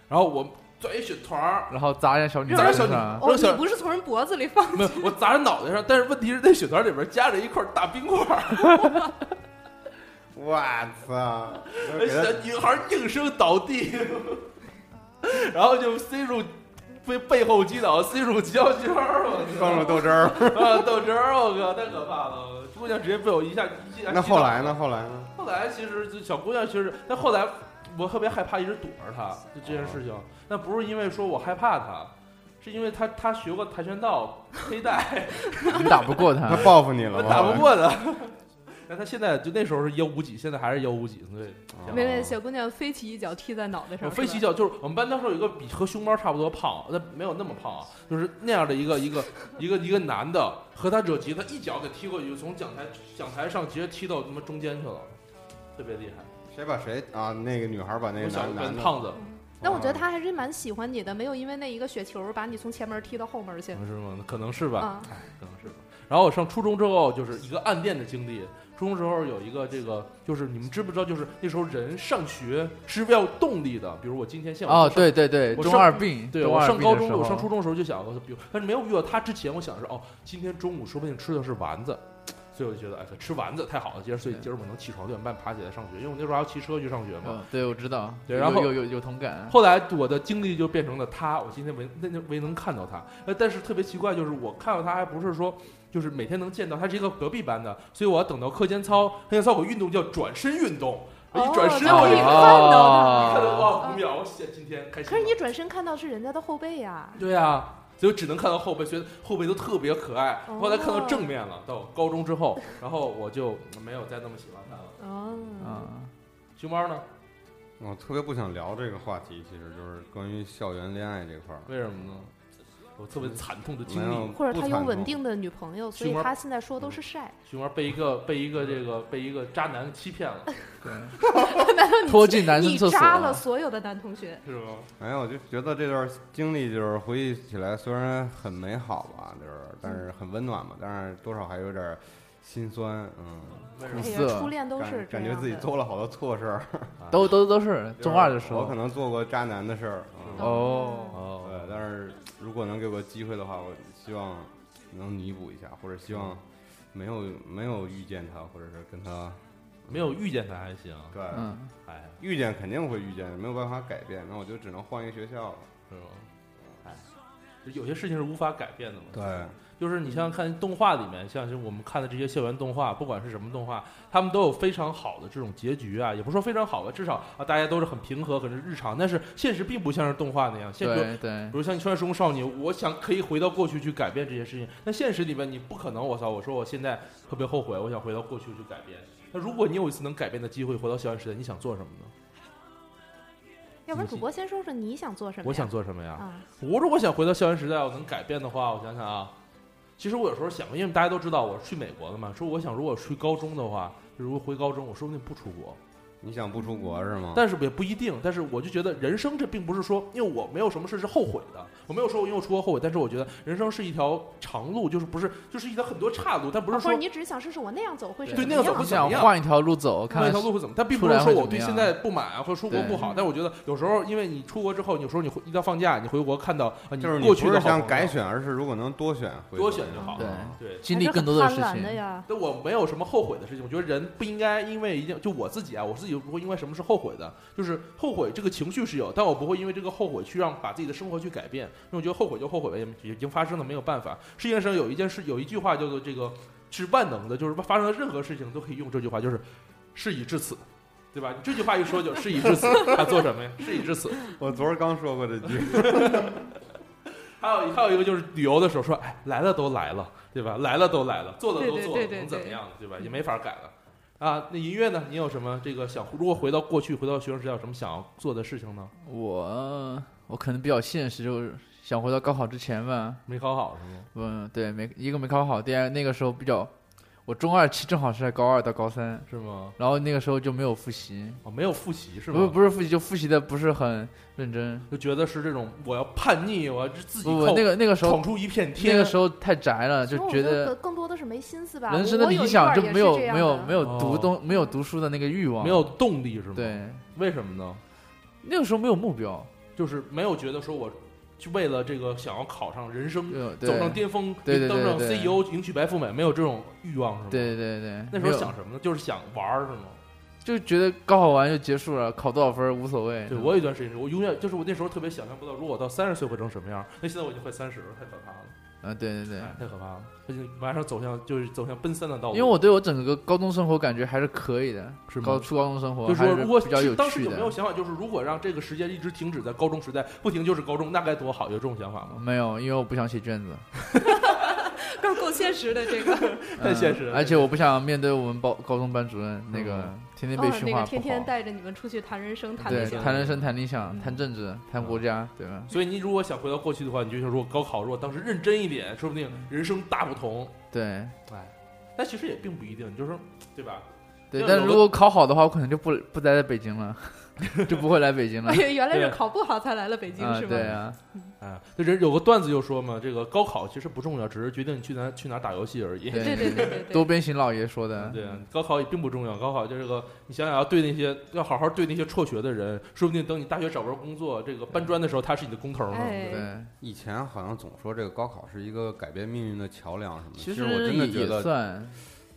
S6: 然后我拽一雪团儿，
S8: 然后砸人家小女
S6: 砸
S8: 孩
S6: 人小
S8: 身
S6: 女
S8: 上，
S7: 哦，
S6: 小
S7: 你不是从人脖子里放
S6: 没有，我砸人脑袋上，但是问题是那雪团里边夹着一块大冰块儿，
S5: 我操，给他
S6: 小女孩应声倒地， 然后就塞入被背后击倒，塞入胶圈儿，我
S5: 放入豆汁儿。
S6: 靠 啊豆汁儿，我靠，太可怕了！姑娘直接被我一下一下。
S5: 那后来？呢？后来呢？
S6: 后来其实就小姑娘其实，但后来我特别害怕，一直躲着她，就这件
S5: 哦
S6: 事情。那不是因为说我害怕她，是因为她她学过跆拳道、黑带，
S8: 你打不过
S5: 他
S8: 他。
S5: 报复你了
S6: 我
S5: 吗？
S6: 打不过她。那她现在就那时候是幺五几，现在还是幺五几，所以
S5: 哦
S7: 没没，小姑娘飞起一脚踢在脑袋上。
S6: 我飞起
S7: 脚，
S6: 脚就是我们班当时有一个比和熊猫差不多胖，那没有那么胖啊，就是那样的一个一个一个一个男的和他惹急，他一脚给踢过去，从讲台讲台上直接踢到他妈中间去了，特别厉害。
S5: 谁把谁啊？那个女孩把那个
S6: 我小
S5: 男男
S6: 跟
S5: 的
S6: 胖子，
S7: 但我觉得她还是蛮喜欢你的，没有因为那一个雪球把你从前门踢到后
S5: 嗯
S7: 门去。
S6: 是吗？可能是吧。哎
S7: 啊，
S6: 可能是吧。然后我上初中之后就是一个暗恋的经历。初中时候有一个这个，就是你们知不知道？就是那时候人上学是要动力的，比如我今天下午
S8: 哦，
S6: 上
S8: 对对对，
S6: 我上
S8: 中二病，
S6: 对，
S8: 中
S6: 我
S8: 二
S6: 上
S8: 病
S6: 高
S8: 的
S6: 中，
S8: 时
S6: 我
S8: 候，
S6: 上初中的时候就想，我比如，但是没有遇到他之前，我想是哦，今天中午说不定吃的是丸子，所以我就觉得哎，吃丸子太好了。今儿所以今儿我能起床六点半爬起来上学，因为我那时候还要骑车去上学嘛。
S8: 嗯，对，我知道，
S6: 对
S8: 有
S6: 然后
S8: 有有有同感，
S6: 后来我的经历就变成了他，我今天唯那那唯能看到他，呃，但是特别奇怪，就是我看到他还不是说，就是每天能见到，他是一个隔壁班的，所以我要等到课间操，课间操我运动叫转身运动，
S7: 哦
S6: 一转身
S7: 然后
S6: 我就
S7: 你看到
S6: 看到
S8: 哦
S6: 哇五秒，我写今天开心了。
S7: 可是你转身看到是人家的后背呀、
S6: 对啊，所以我只能看到后背，觉得后背都特别可爱。
S7: 哦
S6: 后来看到正面了，到高中之后，然后我就没有再那么喜欢他了。
S7: 哦，
S8: 嗯，
S6: 熊猫呢？
S5: 我特别不想聊这个话题，其实就是关于校园恋爱这块儿。
S6: 为什么呢？有特别惨痛的经
S5: 没有
S6: 历。
S7: 或者他有稳。
S5: 不惨
S7: 定的女朋友，所以
S6: 熊猫
S7: 他现在说都是晒。
S6: 熊猫被一个被一个这个被一个渣男欺骗了，
S7: 难道你
S8: 拖进男生
S7: 你
S8: 厕所啊
S7: 扎了
S8: 了，
S7: 所有的男同学？
S6: 是吗？
S5: 痛没有，我就觉得这段经历就是回忆起来，虽然很美好吧，就是但
S7: 嗯
S5: 是很温暖嘛，但是多少还有点儿心酸，嗯，
S6: 为什
S7: 哎
S6: 么？
S7: 呀，
S8: 是
S7: 初恋都是
S5: 感
S7: 这
S5: 感觉
S7: 样
S5: 自己
S7: 的
S5: 做了好多错事儿。
S8: 都都都是 中二的时
S5: 我
S8: 候
S5: 可。能做过渣男的事儿，嗯，
S8: 哦，
S6: 哦，
S5: 对，但是如果能给我机会的话，我希望能弥补一下，或者希望没有没有遇见他，或者是跟他
S6: 没有遇见他还行，
S5: 对，
S8: 嗯，
S6: 哎，
S5: 遇见肯定会遇见，没有办法改变，那我就只能换一个学校了。
S6: 是吗？哎，就有些事情是无法改变的嘛。
S5: 对，
S6: 就是你像看动画里面，像是我们看的这些校园动画，不管是什么动画，他们都有非常好的这种结局啊，也不是说非常好吧，至少啊大家都是很平和，很是日常。但是现实并不像是动画那样，现实。
S8: 嗯对对
S6: 比，如像《穿越时空少女》，我想可以回到过去去改变这些事情。那现实里面你不可能，我操！我说我现在特别后悔，我想回到过去去改变。那如果你有一次能改变的机会，回到校园时代，你想做什么呢？
S7: 要不然主播先说说你想做什么呀？
S6: 我想做什么呀？
S7: 啊，
S6: 我如果想回到校园时代，我能改变的话，我想想啊，其实我有时候想过，因为大家都知道我是去美国的嘛，说我想如果去高中的话，如果回高中，我说不定不出国，
S5: 你想不出国是吗？
S6: 但是也不一定。但是我就觉得人生这并不是说，因为我没有什么事是后悔的，我没有说我因为我出国后悔，但是我觉得人生是一条长路，就是不是就是一条很多岔路，但不是
S7: 或
S6: 说
S7: 者你只是想试试我那样走会是
S6: 对
S7: 怎么
S6: 那样走
S7: 样
S6: 会
S8: 我
S6: 怎么
S8: 想
S6: 样
S8: 换一条路走，看
S6: 那
S8: 看
S6: 条路会怎么？但并不
S8: 出
S6: 是
S8: 来
S6: 说
S8: 会
S6: 我
S8: 怎么
S6: 对
S8: 样
S6: 现在不满啊，或者出国不好。但我觉得有时候，因为你出国之后，有时候你回一到放假，你回国看到啊，你
S5: 就是你
S6: 过去
S5: 不
S6: 的
S5: 是
S6: 好
S5: 想
S6: 朋友
S5: 改选，而是如果能多选回国，
S6: 多选就好
S8: 对
S6: 了。对，
S8: 经历更多的事
S7: 还是很贪婪的
S8: 情。
S7: 呀。
S6: 但我没有什么后悔的事情，我觉得人不应该因为一件就我自己啊，我自己不会因为什么是后悔的，就是后悔这个情绪是有，但我不会因为这个后悔去让把自己的生活去改变，因为我觉得后悔就后悔呗，已经发生了没有办法。世界上有一件事，有一句话叫做这个是万能的，就是发生了任何事情都可以用这句话，就是事已至此。对吧？你这句话一说就事已至此， 还做什么呀？事已至此。
S5: 我昨儿刚说过这句，
S6: 还有还有一个就是旅游的时候说，哎，来了都来了，对吧？来了都来了，做的都做了，
S7: 对对对对嗯
S6: 能怎么样呢？对吧？也没法改了。啊，那音乐呢？你有什么这个想？如果回到过去，回到学生时代，有什么想要做的事情呢？
S8: 我我可能比较现实，就是想回到高考之前吧。
S6: 没考好是吗？
S8: 嗯，对，没一个没考好，第二那个时候比较，我中二期正好是在高二到高三，
S6: 是吗？
S8: 然后那个时候就没有复习，
S6: 哦，没有复习是吗？
S8: 不不是复习，就复习的不是很认真。
S6: 就觉得是这种我要叛逆，我要自己
S8: 不不，
S6: 靠
S8: 那个那个时候
S6: 闯出一片天。
S8: 那个时候太宅了，啊就
S7: 所以我
S8: 觉
S7: 更
S8: 得
S7: 更多的是没心思吧。
S8: 人生
S7: 我
S8: 的
S7: 我有
S8: 理
S7: 一
S8: 想
S7: 段
S8: 就
S7: 也
S8: 没
S7: 是
S8: 有
S7: 这样
S8: 没有
S7: 的
S8: 没有
S6: 哦
S8: 读东没有读书的那个欲望，
S6: 没有动力是吗？，
S8: 啊对
S6: 为什么呢？
S8: 那个时候没有目标，
S6: 就是没有觉得说我就为了这个想要考上人生
S8: 就对
S6: 走上巅峰，
S8: 对对对
S6: 登上
S8: 对
S6: CEO，迎娶白富美，没有这种欲望是吗？
S8: 对对对，
S6: 那时
S8: 没
S6: 候
S8: 有
S6: 想什么呢？就是想玩儿，是吗？
S8: 就觉得高考完就结束了，考多少分儿无所谓。
S6: 对我有一段时间，我永远就是我那时候特别想象不到，如果我到三十岁会成什么样。那现在我已经快三十了，太可怕了，
S8: 嗯，对对对，
S6: 哎太可怕了，而且马上走向就是走向奔三的道路。
S8: 因为我对我整个高中生活感觉还是可以的，
S6: 是吗
S8: 高初高中生活
S6: 就是
S8: 还
S6: 说，如果
S8: 比较有
S6: 当时
S8: 趣
S6: 有没有
S8: 的。
S6: 想法，就是如果让这个时间一直停止在高中时代，不停就是高中，那该多好？有这种想法吗？
S8: 没有，因为我不想写卷子，
S7: 够够现实的这个，
S6: 太
S8: 嗯
S6: 现实了嗯
S8: 而且我不想面对我们高高中班主任那个天 天被
S7: 哦，
S8: 训
S7: 那
S8: 话不好
S7: 个天，天带着你们出去谈人生、谈理
S8: 对，
S7: 想。
S8: 谈人生、谈理想、
S7: 嗯
S8: 谈政治、谈国家，对吧？
S6: 所以你如果想回到过去的话，你就想如果高考，如果当时认真一点，说不定人生大不同。
S8: 对
S6: 哎，但其实也并不一定，你就说对吧？
S8: 对
S6: 要，
S8: 但
S6: 有
S8: 如
S6: 个
S8: 果考好的话，我可能就不不待在北京了， 就不会来北京了
S7: 哎。呀，原来是
S6: 对
S7: 考不好才来了北京
S8: 啊，
S7: 是吗？
S8: 对啊，
S6: 哎，那人有个段子就说嘛，这个高考其实不重要，只是决定你去哪去哪打游戏而已。
S8: 对
S7: 对对对对对
S8: 多边形老爷说的，
S6: 对啊，高考也并不重要，高考就是个你想想要对那些要好好对那些辍学的人，说不定等你大学找不着工作，这个搬砖的时候他是你的工头呢。
S7: 哎
S8: 对，
S5: 以前好像总说这个高考是一个改变命运的桥梁什么的，其
S8: 实
S5: 我真的
S8: 也
S5: 觉
S8: 也
S5: 得，
S8: 算，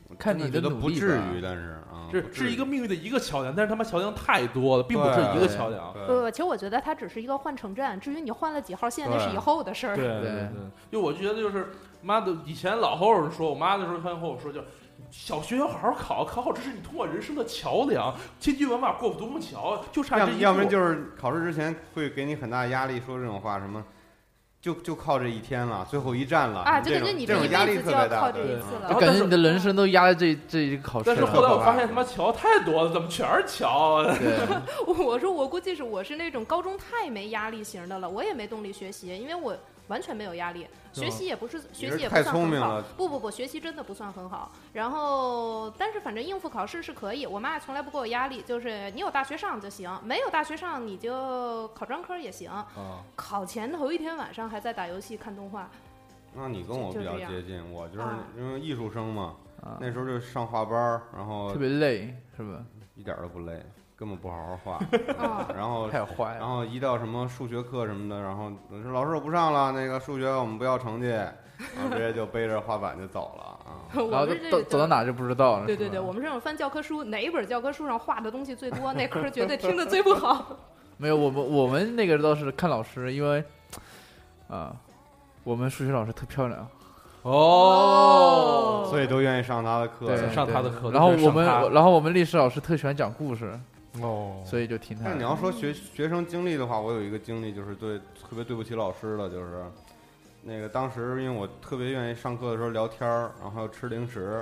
S5: 我
S8: 看
S5: 真的
S8: 你的
S5: 觉得
S8: 努
S5: 不
S8: 力
S5: 至
S8: 吧
S5: 于，但是啊，
S6: 这
S5: 不至
S6: 是一个
S5: 于
S6: 命运的一个桥梁，但是他妈桥梁太多了，并不是一个桥梁。
S7: 不
S5: 对
S7: 不，其实我觉得它只是一个换乘站，至于你换了几号线，那
S5: 对
S7: 是以后的事儿。
S6: 对
S8: 对
S6: 对，就我就觉得就是妈的，以前老后人说，我妈那时候她和我说，就是小学要好好考，考好这是你通往人生的桥梁，千军万马过独木桥，就差
S5: 要
S6: 这一
S5: 不
S6: 步。
S5: 要不然就是考试之前会给你很大压力，说这种话什么，就就靠这一天了，最后一站了
S7: 啊，就
S5: 这
S7: 感
S5: 种
S7: 觉你
S5: 这
S7: 这
S5: 种
S7: 一
S5: 压力
S7: 辈子
S5: 特
S7: 就
S5: 别
S7: 要
S5: 大
S7: 靠
S5: 对
S7: 这一次
S5: 嗯
S7: 了。
S6: 然
S8: 就
S6: 后
S8: 感
S6: 但
S8: 觉
S6: 是
S8: 你的人生都压在这这一个考试
S6: 但是
S8: 了。
S6: 后来我发现他妈桥太多了，怎么全是桥啊？
S8: 对，
S7: 我说我估计是我是那种高中太没压力型的了，我也没动力学习，因为我完全没有压力，
S5: 是
S7: 学
S5: 吗
S7: 习也不是学
S5: 是
S7: 习也不
S5: 太
S7: 算
S5: 聪
S7: 很
S5: 明
S7: 好
S5: 了，
S7: 不不不，学习真的不算很好。然后，但是反正应付考试是可以，我妈也从来不给我压力，就是你有大学上就行，没有大学上你就考专科也行。
S5: 啊。
S7: 考前头一天晚上还在打游戏看动 画，
S5: 那你跟我
S7: 就
S5: 比较
S7: 这样
S5: 接近，我就是
S7: 啊
S5: 因为艺术生嘛，
S8: 啊，
S5: 那时候就上画班儿，然后
S8: 特别累，是吧？
S5: 一点儿都不累，根本不好好 画，
S7: 啊
S5: 然后
S8: 太坏
S5: 然
S8: 了，
S5: 后一到什么数学课什么的，然后我说老师我不上了，那个数学我们不要成绩， 然后直接就背着画板就走了啊。
S7: 我
S8: 然后就
S7: 们这
S8: 走
S7: 个
S8: 走到哪就不知道了。
S7: 对
S8: 是
S7: 对
S8: 吧
S7: 对，我们这种翻教科书，哪一本教科书上画的东西最多，那科儿绝对听的最不好。
S8: 没有我们我们那个倒是看老师，因为啊，我们数学老师特漂亮，
S6: 哦，
S5: 所以都愿意上他的课。
S8: 对，
S6: 上她的
S8: 对
S6: 课
S8: 然后
S6: 都是
S8: 我
S6: 上
S8: 们
S6: 她
S8: 我然后我们历史老师特喜欢讲故事，
S6: 哦
S8: 所以就听他
S5: 但你
S8: 的。
S5: 要说学学生经历的话，我有一个经历就是对特别对不起老师的，就是那个当时因为我特别愿意上课的时候聊天儿，然后还有吃零食，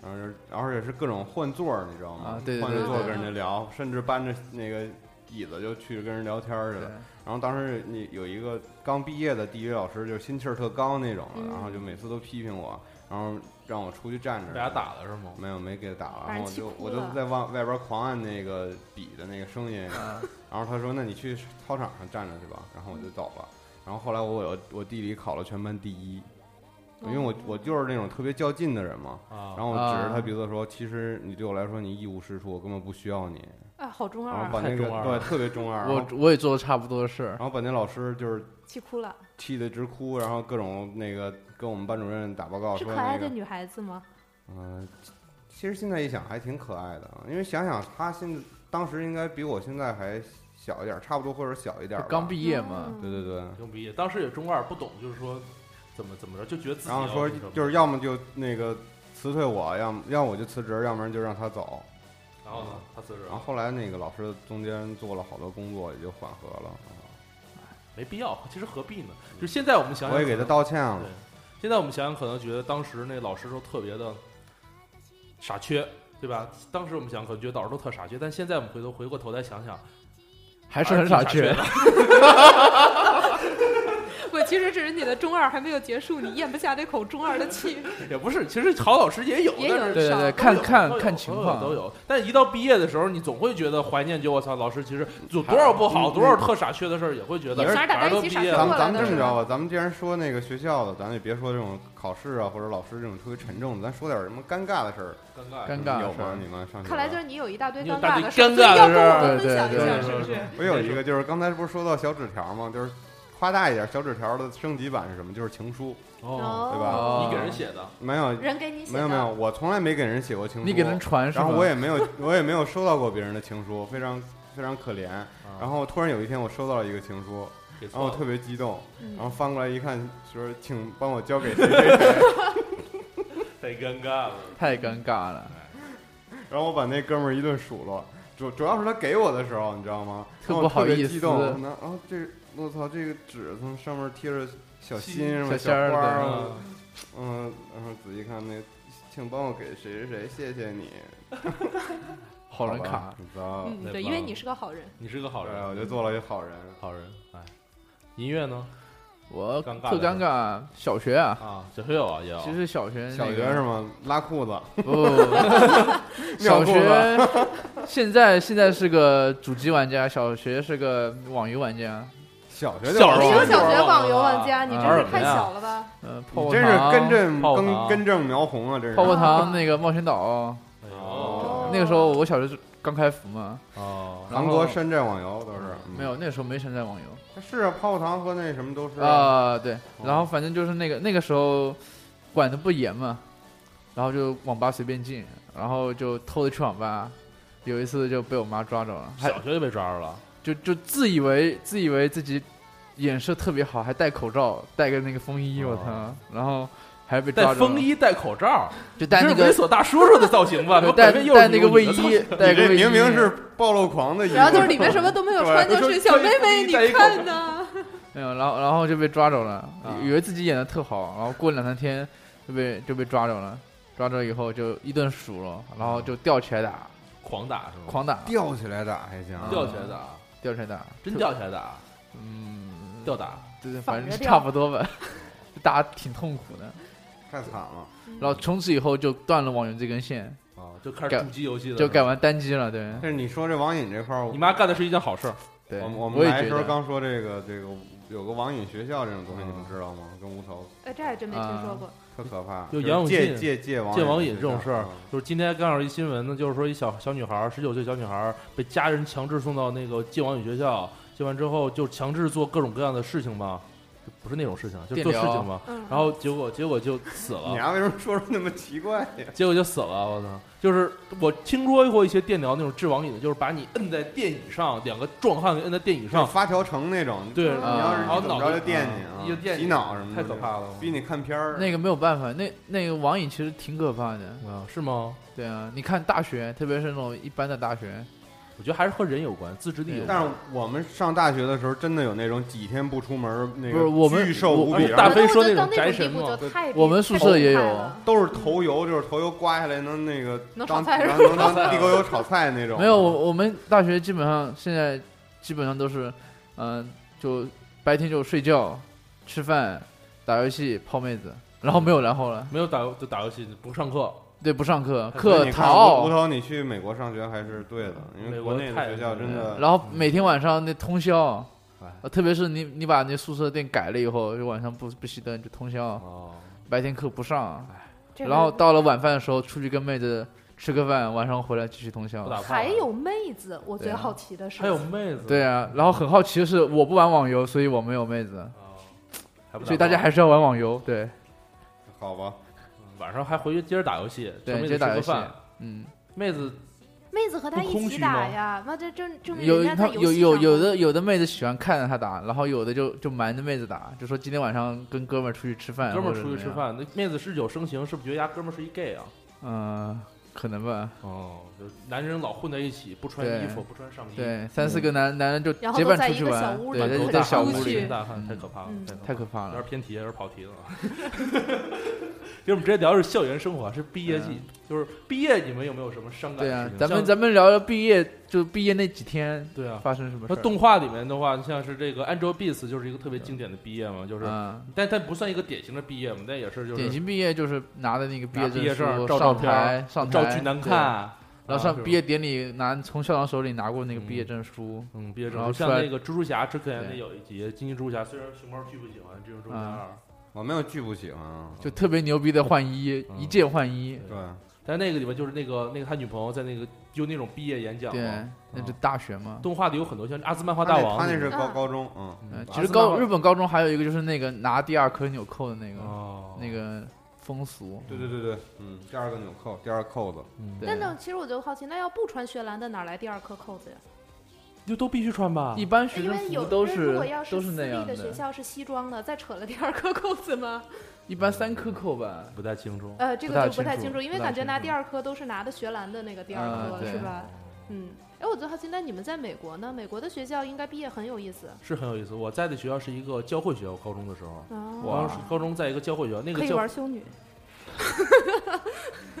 S5: 然后就是而且是各种换座儿，你知道吗？
S8: 啊对对
S5: 换着
S7: 对
S5: 座儿
S7: 对
S5: 跟人家聊，甚至搬着那个椅子就去跟人聊天儿去
S8: 对
S5: 了。然后当时你有一个刚毕业的地理老师，就是心气儿特高那种的，
S7: 嗯
S5: 然后就每次都批评我，然后让我出去站着。
S6: 被他打了是吗？
S5: 没有没给打了，
S7: 把
S5: 然
S7: 人
S5: 后我
S7: 气
S5: 就
S7: 哭
S5: 我就
S7: 了
S5: 在外外边狂按那个笔的那个声音，
S8: 啊，
S5: 然后他说：“那你去操场上站着去吧。”然后我就走了。然后后来我有我地理考了全班第一，
S7: 哦
S5: 因为我我就是那种特别较劲的人嘛。
S6: 啊
S5: 然，后我指着他鼻子说：“其实你对我来说你一无是处，我根本不需要你。
S7: 哎，好”中
S5: 然
S7: 二
S5: 后把
S7: 啊，
S5: 那个
S6: 太中二
S5: 对
S6: 了
S5: 特别中二，然
S8: 我
S5: 后
S8: 我也做了差不多的事儿
S5: 然，后把那老师就是
S7: 气哭了。
S5: 气得直哭，然后各种那个跟我们班主任打报告
S7: 是
S5: 说
S7: 可
S5: 那
S7: 爱的
S5: 个，
S7: 女孩子吗？
S5: 嗯、其其实现在一想还挺可爱的啊，因为想想他现在当时应该比我现在还小一点儿，差不多或者小一点儿吧，
S8: 刚毕业嘛，
S7: 嗯
S5: 对对对，
S6: 挺毕业，当时也中二，不懂，就是说怎么怎么着，就觉得自己
S5: 然后
S6: 要
S5: 说
S6: 是什么
S5: 就是要么就那个辞退我，要么要么我就辞职，要不然就让他走。
S6: 然后呢，他辞职
S5: 然后
S6: 了，
S5: 后来那个老师中间做了好多工作，也就缓和了。啊
S6: 没必要，其实何必呢？就现在我们想想，
S5: 我也给他道歉了
S6: 对，现在我们想想，可能觉得当时那老师都特别的傻缺，对吧？当时我们想，可能觉得老师都特傻缺，但现在我们回头回过头来想想，
S8: 还是很傻
S6: 挺
S8: 缺
S6: 的。。
S7: 不，其实只是你的中二还没有结束，你咽不下那口中二的气。
S6: 也不是，其实好老师也有，
S7: 也
S6: 但
S7: 有
S6: 是
S8: 对对
S7: 少
S8: 对，
S7: 都
S8: 看
S6: 都有
S8: 看
S6: 都有
S8: 看情
S6: 都有
S8: 况
S6: 都有。但一到毕业的时候，你总会觉得怀念，就我操，老师其实有多少不好，
S5: 嗯
S6: 多少特傻缺的事儿，也会觉得
S5: 也是
S6: 反正都毕业
S5: 咱
S6: 了
S7: 咱
S5: 们
S7: 们
S5: 咱
S7: 咱
S5: 们
S7: 们
S5: 这么
S7: 这么
S5: 着
S7: 着
S5: 吧，咱们既然说那个学校的，咱就别说这种考试啊，或者老师这种特别沉重的，咱说点什么尴尬的事儿。
S6: 尴尬。
S8: 尴尬
S5: 有
S8: 的事
S5: 吗？
S8: 儿
S5: 你们上学
S7: 看来就是你有一大堆
S6: 你有
S7: 尴
S6: 一大
S7: 尬
S6: 堆
S7: 的事儿，
S6: 尴尬的
S7: 所以要
S6: 事
S7: 跟
S6: 儿
S7: 我们
S8: 对
S7: 分享一
S8: 对
S7: 下，
S8: 对
S7: 是不是？
S5: 我有一个，就是刚才不是说到小纸条吗？就是夸大一点，小纸条的升级版是什么？就是情书，
S6: 哦，
S5: 对吧
S8: 哦
S6: 你给人写的，
S5: 没有，
S7: 人给你写
S5: 没有，没有，我从来没给人写过情书。
S8: 嗯你给人传是
S5: 然
S8: 吧？
S5: 后我也没有，我也没有收到过别人的情书，非常非常可怜。然后突然有一天，我收到了一个情书，
S6: 给
S5: 然后
S6: 错
S5: 我
S8: 哦
S6: 了
S5: 特别激动，
S7: 嗯
S5: 然后翻过来一看，说请帮我交给谁谁 谁。
S6: 太尴尬了。
S8: 太尴尬了，
S5: 然后我把那哥们儿一顿数落，主主要是他给我的时候，你知道吗？
S8: 特
S5: 让
S8: 不
S5: 我
S8: 好
S5: 特别
S8: 意思
S5: 激动。我拿然后这我操，这个纸从上面贴着小心什么
S8: 小仙儿
S5: 花儿
S8: 对
S5: 啊，嗯，然后仔细看那，请帮我给谁谁谁，谢谢你。
S8: 好人
S5: 吧
S8: 卡，
S5: 你知道吧？
S7: 嗯，
S6: 那
S7: 对，
S6: 不
S7: 因为你是个好人，
S6: 你是个好
S5: 对，
S8: 啊
S6: 人，
S5: 我就做了一好人。
S6: 好人。哎，音乐呢？
S8: 我
S6: 尴尬
S8: 特
S6: 的
S8: 尴尬。小学啊，
S6: 啊，小学有啊，也有。
S8: 其实小学嗯那
S5: 小
S8: 个
S5: 学是吗？拉裤子，
S8: 不不不不，小
S5: 尿裤
S8: 学现在现在是个主机玩家，小学是个网游玩家。
S5: 小学就
S6: 小
S5: 玩
S6: 时
S7: 没
S6: 候
S7: 有
S5: 儿
S6: 就
S7: 小
S6: 玩
S7: 学
S6: 儿
S7: 网游
S6: 啊
S7: 玩家，你
S8: 啊
S7: 真是
S6: 玩儿
S7: 太
S6: 什么呀
S7: 小了吧？
S8: 嗯，泡
S5: 你
S8: 泡
S5: 真是
S8: 糖
S5: 根正
S6: 泡泡
S5: 根
S6: 糖
S5: 根正苗红啊！这是
S8: 泡泡糖那个冒险岛，
S6: 哎呦
S5: 哦
S8: 那个时候我小学刚开服嘛，
S6: 哦，
S5: 韩国山寨网游都是嗯
S8: 没有，那个时候没山寨网游
S5: 是啊，泡泡糖和那什么都是
S8: 啊，对，然后反正就是那个那个时候管的不严嘛，然后就网吧随便进，然后就偷着去网吧，有一次就被我妈抓着了，还
S6: 小学就被抓住了。
S8: 就就自以为自以为自己眼色特别好，还戴口罩，戴个那个风衣，我操，然后还被抓
S6: 戴
S8: 着了
S6: 风，衣，戴口罩，
S8: 就戴那
S6: 你这
S8: 个
S6: 是猥琐大叔叔的造型吧？
S8: 对
S6: 我
S8: 戴
S6: 感觉又是
S8: 戴那个
S6: 你
S8: 卫
S6: 的造
S8: 衣
S6: 型，
S8: 戴个
S5: 你这
S8: 卫衣，
S5: 明明是暴露狂的衣服，
S7: 然后就是里 面什么都没有穿，
S5: 对
S7: 就是小妹妹，你
S6: 就一
S7: 看呢？
S8: 没有，然后然后就被抓着了，
S6: 啊
S8: 以为自己演的特好，然后过两三天就被就被抓着了，抓着以后就一顿数落，然后就吊起来打，
S6: 狂打是
S5: 嗯
S6: 吗？嗯
S8: 狂打，
S5: 吊起来打还行，
S6: 啊吊起来打，
S8: 吊起来打，
S6: 真吊起来打。
S8: 嗯，
S6: 吊打，
S8: 对对，
S7: 反
S8: 反
S7: 着
S8: 正
S7: 掉
S8: 差不多吧， 打得挺痛苦的。
S5: 太惨了
S8: 然后从此以后就断了网游这根线，
S6: 啊，就开始
S8: 改
S6: 主机游戏了，
S8: 就改。玩单机了。 对
S5: 但是你说这网瘾这块儿，
S6: 你妈干的是一件好事儿，
S8: 对，
S5: 我们
S8: 我
S5: 我们
S8: 也
S5: 来的
S8: 觉
S5: 时候
S8: 得。
S5: 刚说这个这个有个网瘾学校这种东西，你们知道吗？跟无头
S7: 哎，这还真没听说过。
S5: 特可怕，就
S6: 有
S5: 是
S6: 杨永
S5: 戒
S6: 信
S5: 戒戒网
S6: 戒网
S5: 瘾
S6: 瘾这种事儿
S5: 嗯，
S6: 就是今天刚好一新闻呢，就是说一小小女孩，十九岁小女孩被家人强制送到那个戒网瘾学校，戒完之后就强制做各种各样的事情嘛，就不是那种事情，就
S8: 电
S6: 做事
S8: 疗
S6: 情嘛，
S7: 嗯，
S6: 然后结果结果就死了，
S5: 你丫为什么说出那么奇怪呀？
S6: 结果就死了，我操！就是我听说过一些电疗那种治网瘾的，就是把你摁在电椅上，两个壮汉给摁在电椅
S5: 就
S6: 上，
S5: 发条城那种，
S6: 对，
S5: 你要是
S6: 然后
S5: 你怎么
S6: 脑
S5: 着
S6: 袋
S5: 就电
S6: 啊
S5: 你
S6: 就
S5: 啊，
S6: 电你
S5: 洗脑什么
S6: 太
S5: 的，
S6: 可怕了，
S5: 逼你看片儿。
S8: 那个没有办法，那那个网瘾其实挺可怕的。
S6: 啊，是吗？
S8: 对啊，你看大学，特别是那种一般的大学，
S6: 我觉得还是和人有关，自制力有关。
S5: 但是我们上大学的时候，真的有那种几天不出门儿，那个
S8: 不是我们
S5: 巨瘦
S8: 我
S5: 无
S6: 我
S5: 比，
S6: 们
S5: 然
S6: 大
S5: 后
S7: 那
S6: 飞
S7: 我
S6: 说
S7: 觉
S6: 那
S7: 得
S6: 种
S7: 到
S6: 宅
S7: 种
S6: 神
S7: 地步
S6: 嘛
S7: 就太
S8: 我们宿舍也有
S7: 太变态了
S5: 都是头油，就是头油刮下来能那个
S7: 能
S5: 当
S7: 炒菜是吧
S5: 然后能当地沟油炒菜那种。啊
S8: 没有我我们大学基本上现在基本上都是，嗯、就白天就睡觉、吃饭、打游戏、泡妹子，然后没有然后了。
S6: 没有打就打游戏，不上课，
S8: 对，不上课，
S6: 所以
S5: 所以
S8: 课
S5: 你看吴
S8: 逃，
S5: 吴涛，你去美国上学还是对的，因为
S6: 美
S5: 国
S6: 国
S5: 内的
S6: 太
S5: 学校真的
S8: 然后每天晚上那通宵
S5: 哎。
S8: 呃特别是你，你把那宿舍店改了以后，就晚上不不熄灯就通宵，
S6: 哦，
S8: 白天课不上，
S7: 这个
S8: 然后到了晚饭的时候出去跟妹子吃个饭，晚上回来继续通宵
S6: 不。打炮了啊
S7: 还有妹子，我
S8: 对
S7: 最
S8: 啊
S7: 好奇的是，
S6: 还有妹子，
S8: 对啊，然后很好奇的是，我不玩网游，所以我没有妹子，
S6: 哦，还不打炮
S8: 所以大家还是要玩网游。对，
S5: 好吧？
S6: 晚上还回去接着打游戏，
S8: 对
S6: 跟妹
S8: 接
S6: 子
S8: 着打
S6: 吃
S8: 游
S6: 个
S8: 戏
S6: 饭，
S8: 嗯，
S6: 妹子
S7: 妹子和他
S6: 不空
S7: 一起
S6: 虚吗
S7: 打呀，妈这证证明
S8: 有
S7: 人家
S8: 他
S7: 在
S8: 有
S7: 游戏
S8: 有
S7: 上
S8: 有
S7: 嘛
S8: 的有的妹子喜欢看着他打，然后有的就就瞒着妹子打，就说今天晚上跟哥们儿出去吃饭，
S6: 哥们
S8: 或
S6: 儿
S8: 者
S6: 出去
S8: 怎
S6: 吃
S8: 么样，
S6: 饭，那妹子是有生情，是不是觉得呀哥们儿是一 gay 啊？
S8: 嗯，可能吧。
S6: 哦，就是男人老混在一起，不穿
S8: 对
S6: 衣服，不穿上衣，
S8: 对，三四个男男人就
S7: 然后
S8: 结
S7: 都
S8: 伴
S7: 在
S8: 出
S7: 一
S8: 去
S7: 个
S8: 玩
S7: 小，屋
S8: 对，
S7: 里
S8: 在
S7: 满
S8: 在
S7: 头
S8: 小
S7: 大
S8: 屋
S7: 汗
S8: 里
S7: 去，
S6: 大汗太可怕了
S7: 嗯，
S8: 太可怕
S6: 有点
S8: 了。
S6: 偏题，有点跑题了。 其实我们直接聊的是校园生活啊，是毕业季，就是毕业你们有没有什么伤感
S8: 嗯对
S6: 的事
S8: 啊
S6: 情？，
S8: 咱们
S6: 像
S8: 咱们聊聊毕业，就毕业那几天
S6: 对啊。
S8: 发生什么事
S6: 那
S8: 儿。
S6: 动画里面的话，像是这个 Angel Beats 就是一个特别经典的毕业嘛，就是，
S8: 啊，
S6: 但但不算一个典型的毕业嘛，但也是就
S8: 典
S6: 是
S8: 型毕业就是拿着那个毕
S6: 拿毕业证
S8: 证书
S6: 照
S8: 上
S6: 照片
S8: 台上台，
S6: 照剧难
S8: 对
S6: 看，啊
S8: 然后
S6: 是
S8: 上
S6: 吧
S8: 毕业典礼拿从校长手里拿过那个毕业
S6: 嗯
S8: 证书，
S6: 嗯，毕业
S8: 然
S6: 证
S8: 后
S6: 书像
S8: 出来
S6: 那个蜘蛛侠之前那
S8: 对
S6: 有一集《金鸡蜘蛛侠》，虽然熊猫巨不喜欢《金蜘蛛侠
S8: 啊
S6: 二》，
S5: 我没有巨不喜欢啊，
S8: 就特别牛逼的换衣，
S6: 嗯
S8: 一件换衣，
S5: 对，
S6: 但那个里面就是那个那个他女朋友在那个就那种毕业演讲
S8: 对
S6: 嘛，，嗯
S8: 那就大学嘛。
S6: 动画里有很多像阿兹漫
S5: 他
S6: 画大
S5: 那
S6: 王
S5: 他
S6: 那
S5: 那
S6: 种，
S5: 是高
S7: 嗯
S5: 高中，嗯，
S8: 嗯
S6: 嗯，
S8: 其实
S6: 阿斯曼
S8: 高
S6: 瓦
S8: 日本高中还有一个就是那个拿第二颗纽扣的那个
S6: 哦，
S8: 那个风俗，
S5: 对对对对，嗯，第二个纽扣，第二扣子，
S6: 嗯，
S8: 对
S7: 那那其实我就好奇，那要不穿学蓝的，哪来第二颗扣子呀？
S6: 就都必须穿吧
S8: 一。般学
S7: 哎因
S8: 生
S7: 为有
S8: 服都
S7: 因为如果要
S8: 都是
S7: 私
S8: 那样
S7: 立的学校是西装的，再扯了第二颗扣子吗？
S8: 一般三颗扣吧。
S6: 不太清楚，
S7: 呃，这
S8: 不太
S7: 个就不太
S8: 清
S7: 清
S8: 楚
S7: 楚，因为
S8: 不太
S7: 感觉
S8: 清
S7: 拿
S8: 楚
S7: 第二颗都是拿的学蓝的那个第二
S8: 啊
S7: 颗
S8: 对
S7: 是吧？嗯，哎，我就好奇，那你们在美国呢？美国的学校应该毕业很有意思
S6: 是很有意思。我在的学校是一个教会学校，高中的时候，
S7: 啊，
S6: 我当时高中在一个教会学校，那
S7: 可
S6: 个
S7: 以
S6: 教
S7: 玩修女。
S5: 兔子
S6: 色情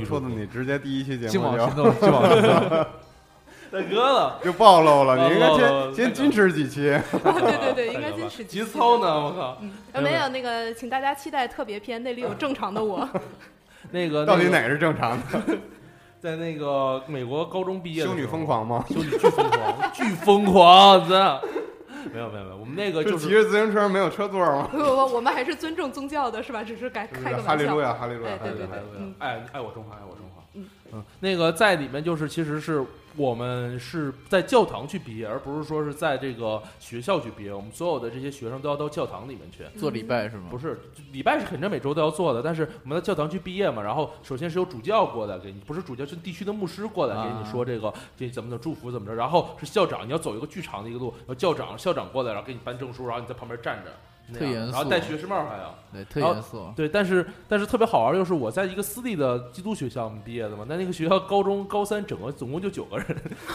S6: 艺
S5: 兔
S6: 术
S5: 子，你直接第一期
S6: 嗯
S5: 节
S8: 净
S5: 目
S8: 网
S5: 就
S8: 行动，净网行动。
S6: 大哥了，
S5: 就暴露了，
S6: 暴
S5: 你应该
S6: 露
S5: 先
S6: 了
S5: 先矜持几期，
S7: 对对对，应该
S6: 太可怕
S7: 先是
S6: 节操呢？我靠，
S7: 呃，
S6: 没
S7: 没
S6: 有
S7: 有那个，请大家期待特别篇，那里有正常的我。
S6: 那个
S5: 到底
S6: 那个
S5: 哪个是正常的？
S6: 在那个美国高中毕业，
S5: 修女疯，狂吗？
S6: 修女 巨疯狂，巨疯狂，真的。没有没有没有，我们那个就是
S5: 骑
S6: 是
S5: 着自行车没有车座吗？
S7: 不不，我们还是尊重宗教的，是吧？只是该
S5: 就是
S7: 开个
S5: 哈
S7: 玩
S5: 利路
S7: 笑。
S5: 亚，哈利路亚，
S7: 哎
S5: 哈利
S7: 对
S5: 路
S7: 对
S5: 亚
S7: 对。嗯
S6: 爱哎爱我中华，爱我中华。
S7: 嗯
S6: 那个在里面就是其实是我们是在教堂去毕业，而不是说是在这个学校去毕业。我们所有的这些学生都要到教堂里面去。
S8: 做礼拜是吗？
S6: 不是，就礼拜是肯定每周都要做的，但是我们到教堂去毕业嘛，然后首先是有主教过来给你，不是主教，是地区的牧师过来给你说这个这怎么怎么祝福怎么着，然后是校长，你要走一个巨长的一个路，然后校长校长过来，然后给你颁证书，然后你在旁边站着，那
S8: 特
S6: 样
S8: 严
S6: 然后
S8: 肃
S6: 戴学士帽还要。
S8: 对，特
S6: 然后
S8: 严肃。
S6: 对，但是但是特别好玩，就是我在一个私立的基督学校毕业的嘛，那那个学校高中高三整个总共就九个人，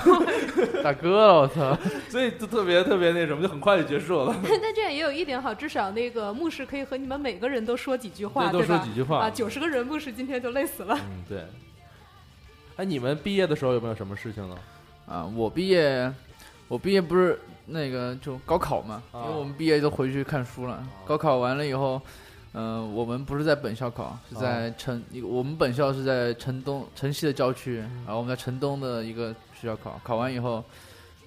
S8: 大哥了，我操！
S6: 所以就特别特别那什么，就很快就结束了。
S7: 但这样也有一点好，至少那个牧师可以和你们每个人都说几句话，
S6: 多
S7: 对
S6: 说
S7: 吧
S6: 几？句话
S7: 啊，九十个人牧师今天就累 死了。
S6: 嗯，对。哎，你们毕业的时候有没有什么事情呢？
S8: 啊，我毕业，我毕业不是那个就高考嘛，因
S6: 啊
S8: 为我们毕业都回去看书了。高考完了以后，嗯、我们不是在本校考，是在
S6: 啊
S8: 城，一个我们本校是在城东城西的郊区，
S6: 嗯
S8: 然后我们在城东的一个学校考。考完以后，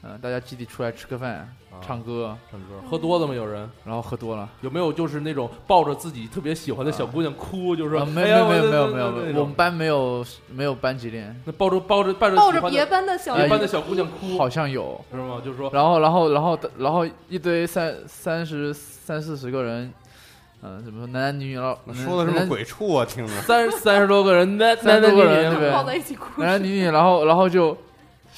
S8: 呃，大家集体出来吃个饭、
S6: 啊
S8: 唱歌，
S6: 唱歌，喝多了吗？有人
S8: 然后喝多了。
S6: 有没有就是那种抱着自己特别喜欢的小姑娘哭，就是说
S8: 啊，没
S6: 哎呀
S8: 有没有
S6: 我
S8: 没有
S6: 那
S8: 没有
S6: 那
S8: 没有，
S6: 那
S8: 我
S6: 种
S8: 们班没有没有班级恋，
S6: 那抱着抱着抱着
S7: 抱
S6: 喜
S7: 着
S6: 欢
S7: 别
S6: 的
S7: 班的小
S6: 别
S8: 哎
S6: 班的小姑娘哭，
S8: 好像有。
S6: 是吗？就是说
S8: 然后，然后，然后，然后一堆三三十三四十个人，嗯、怎么说，男男女女老
S5: 说的什么？鬼畜啊？听着，
S6: 三三十多个人，那那
S8: 三
S6: 那
S8: 十多个
S6: 那
S8: 人
S6: 那
S8: 对
S7: 抱在一起哭
S8: 男男男男女女，然后，然后就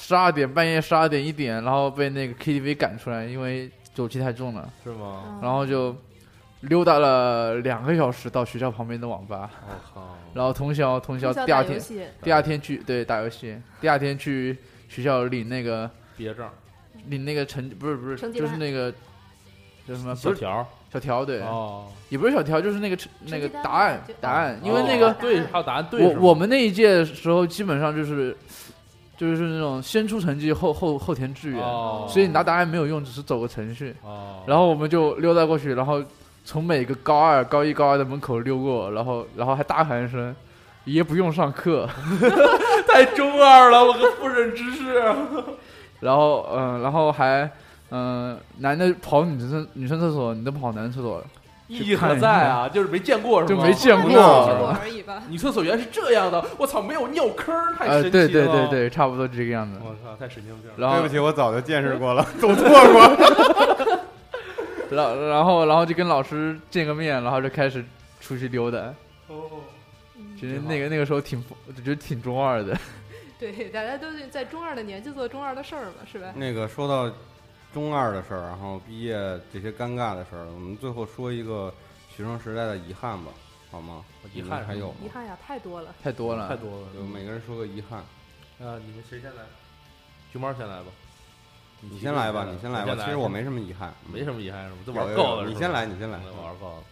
S8: 十二点半夜十二点一点，然后被那个 KTV 赶出来，因为酒气太重了，
S6: 是吗？
S7: 哦嗯
S8: 然后就溜达了两个小时到学校旁边的网吧，
S6: 我靠！
S5: 哦
S8: 然后通宵通宵，
S7: 通宵
S8: 第二
S7: 打游
S8: 天
S7: 戏，
S8: 第二天去对打游戏，第二天去学校领那个
S6: 毕业证、
S8: 啊领那个成不是不是
S7: 成绩
S8: 就是
S7: 单
S8: 那个叫什么不
S6: 小
S8: 是
S6: 条
S8: 小条对。
S6: 哦，
S8: 也不是小条，就是那个成那
S7: 成绩
S8: 个
S7: 单
S8: 答案
S7: 就
S8: 答案
S7: 哦，
S8: 因为
S6: 哦
S8: 那个
S7: 答
S6: 对，
S7: 案
S6: 还有答案对是吗，
S8: 我我们那一届的时候，基本上就是就是那种先出成绩后后后填志愿，
S6: 哦，
S8: 所以你拿答案没有用，只是走个程序。
S6: 哦，
S8: 然后我们就溜达过去，然后从每个高二、高一、高二的门口溜过，然后然后还大喊一声。爷不用上课，
S6: 太中二了，我个不忍直视。
S8: 然后嗯、然后还嗯、男的跑女生女生厕所，女的跑男生厕所，
S6: 意义何在啊？就是没见过是
S8: 就
S6: 吗？
S8: 没见
S7: 过
S8: 过。
S6: 哦
S7: 而已吧。
S6: 女厕所原来是这样的，我操，没有尿坑儿，太
S8: 呃，
S6: 神奇了。哦
S8: 对对对，对，差不多这个样子。
S6: 我操，太神经病了。
S8: 然后
S5: 对不起，我早就见识过 了，走错 过。
S8: 然后然后然后就跟老师见个面，然后就开始出去溜达。
S6: 哦，
S7: 嗯
S8: 其实那个那个时候挺，我觉得挺中二的。
S7: 对，大家都是在中二的年纪做中二的事儿嘛，是吧？
S5: 那个说到中二的事儿，然后毕业这些尴尬的事儿，我们最后说一个学生时代的遗憾吧，好吗？你
S6: 遗憾
S5: 们
S6: 是
S5: 还有
S6: 吗
S5: 吗
S7: 遗？憾呀，太多了。
S8: 太多了，
S6: 太多了。
S5: 就每个人说个遗憾。
S6: 啊，你们谁先来？熊猫先来吧。
S5: 你先来
S6: 啊
S5: 吧，你先来吧。其实我
S6: 没
S5: 没什么遗憾，
S6: 没什么遗憾，是吧？都
S5: 有
S6: 玩
S5: 有
S6: 够
S5: 有
S6: 了。
S5: 你
S6: 是
S5: 先
S6: 吧
S5: 来，你先来。
S6: 我玩爆了。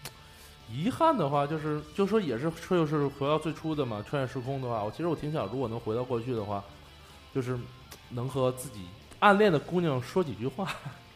S6: 遗憾的话，就是就说也是说就是回到最初的嘛，穿越时空的话，我其实我挺想，如果能回到过去的话，就是能和自己暗恋的姑娘说几句话，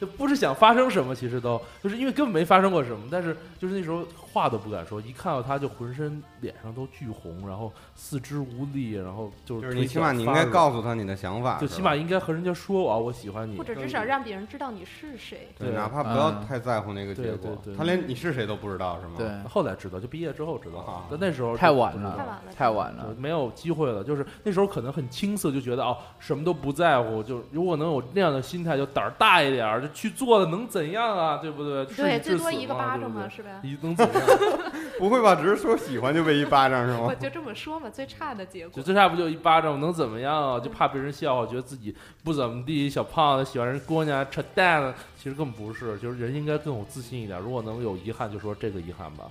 S6: 就不是想发生什么，其实都就是因为根本没发生过什么，但是就是那时候话都不敢说，一看到她就浑身脸上都巨红，然后四肢无力，然后就是
S5: 嗯就是
S6: 腿
S5: 你起码
S6: 脚
S5: 你应
S6: 发
S5: 该
S6: 软，
S5: 告诉他你的想法，
S6: 就是起
S5: 吧
S6: 码应该和人家说啊，我喜欢你
S7: 或，者至少让别人知道你是谁。
S5: 对，
S6: 对
S5: 哪怕不要
S8: 嗯
S5: 太在乎那个结
S6: 对
S5: 果
S6: 对对，
S5: 他连你是谁都不知道是吗？
S8: 对，
S6: 后来知道，就毕业之后知道
S5: 啊，
S6: 但那时候
S8: 太
S6: 就
S8: 晚
S6: 不知
S8: 了
S6: 道
S7: 太晚了，
S8: 太晚
S6: 就
S8: 了。
S6: 没有机会了。就是那时候可能很青涩，就觉得哦，什么都不在乎。就如果能有那样的心态，就胆儿大一点儿，就去做了，能怎样啊？对不对？
S7: 对，
S6: 对，
S7: 最多一个巴掌
S6: 嘛，
S7: 是吧？
S6: 对不对你能怎样？
S5: 不会吧？只是说喜欢就被一巴掌是
S7: 我
S5: 吗？
S7: 就这么说嘛，最差的结
S6: 就
S7: 果。
S6: 最差不就一巴掌，能怎么样啊？就怕别人笑话，觉得自己不怎么地，小胖子喜欢人姑娘，扯淡了。其实根本不是，就是人应该更有自信一点。如果能有遗憾，就说这个遗憾吧。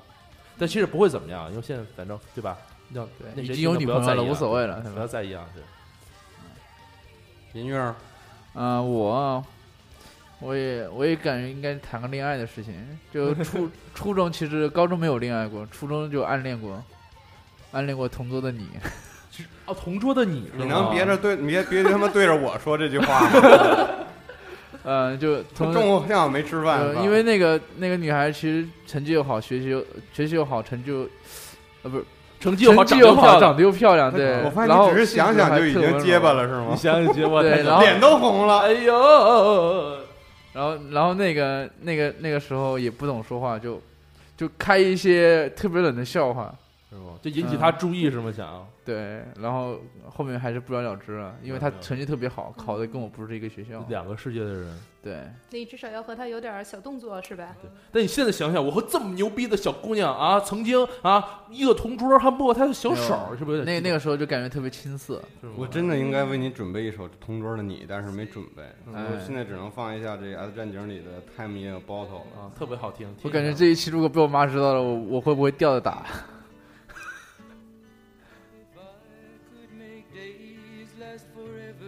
S6: 但其实不会怎么样，因为现在反正对吧？那那
S8: 对，已
S6: 谁
S8: 经有
S6: 听
S8: 女
S6: 都不要
S8: 朋友了，
S6: 在意啊
S8: 无所谓了，是
S6: 不
S8: 吧？
S6: 要在意啊。对，
S5: 音乐儿
S8: 嗯、我我也我也感觉应该谈个恋爱的事情。就 初初中其实高中没有恋爱过，初中就暗恋过，暗恋过同桌的你。
S6: 哦，同桌的你，
S5: 你
S6: 是
S5: 能
S6: 吗
S5: 别着对，你别别他妈对着我说这句话 吗？
S8: 嗯、就同
S5: 中午下午没吃饭
S8: 呃，
S5: 是吧
S8: 因为那个那个女孩其实成绩又好，学习又学习又好，成绩又呃不是
S6: 成绩又好，
S8: 成绩又好，
S6: 长
S8: 长得又漂
S7: 啊
S8: 亮，对。
S5: 我发现
S8: 然后
S5: 你只是想想就已
S8: 性格还特
S5: 经
S8: 温
S5: 结巴
S8: 柔
S5: 了是吗？
S6: 想想结果
S8: 对
S6: 太
S8: 然后
S5: 脸都红了。
S6: 哎呦，
S8: 然后，然后那个、那个、那个时候也不懂说话，就就开一些特别冷的笑话，
S6: 是吗？就引起
S8: 嗯
S6: 他注意是吗？想
S8: 对。然后后面还是不了了之了，因为他
S6: 了了之
S8: 成绩特别好，考的跟我不是一个学校。
S6: 两个世界的人，
S8: 对，
S7: 你至少要和他有点小动作，是吧？
S6: 但你现在想想，我和这么牛逼的小姑娘啊，曾经啊，一个同桌还握她的小手，是不是有
S8: 那
S6: 点激动？
S8: 那个时候就感觉特别青涩。
S6: 是吗
S5: 我真的应该为你准备一首《同桌的你》，但是没准备，
S8: 哎
S5: 我现在只能放一下这个《X 战警》里的 Time in a Bottle 了。
S6: 啊，特别好听。
S8: 我感觉这一期如果被我妈知道了，我我会不会吊着打？
S4: could make days last forever,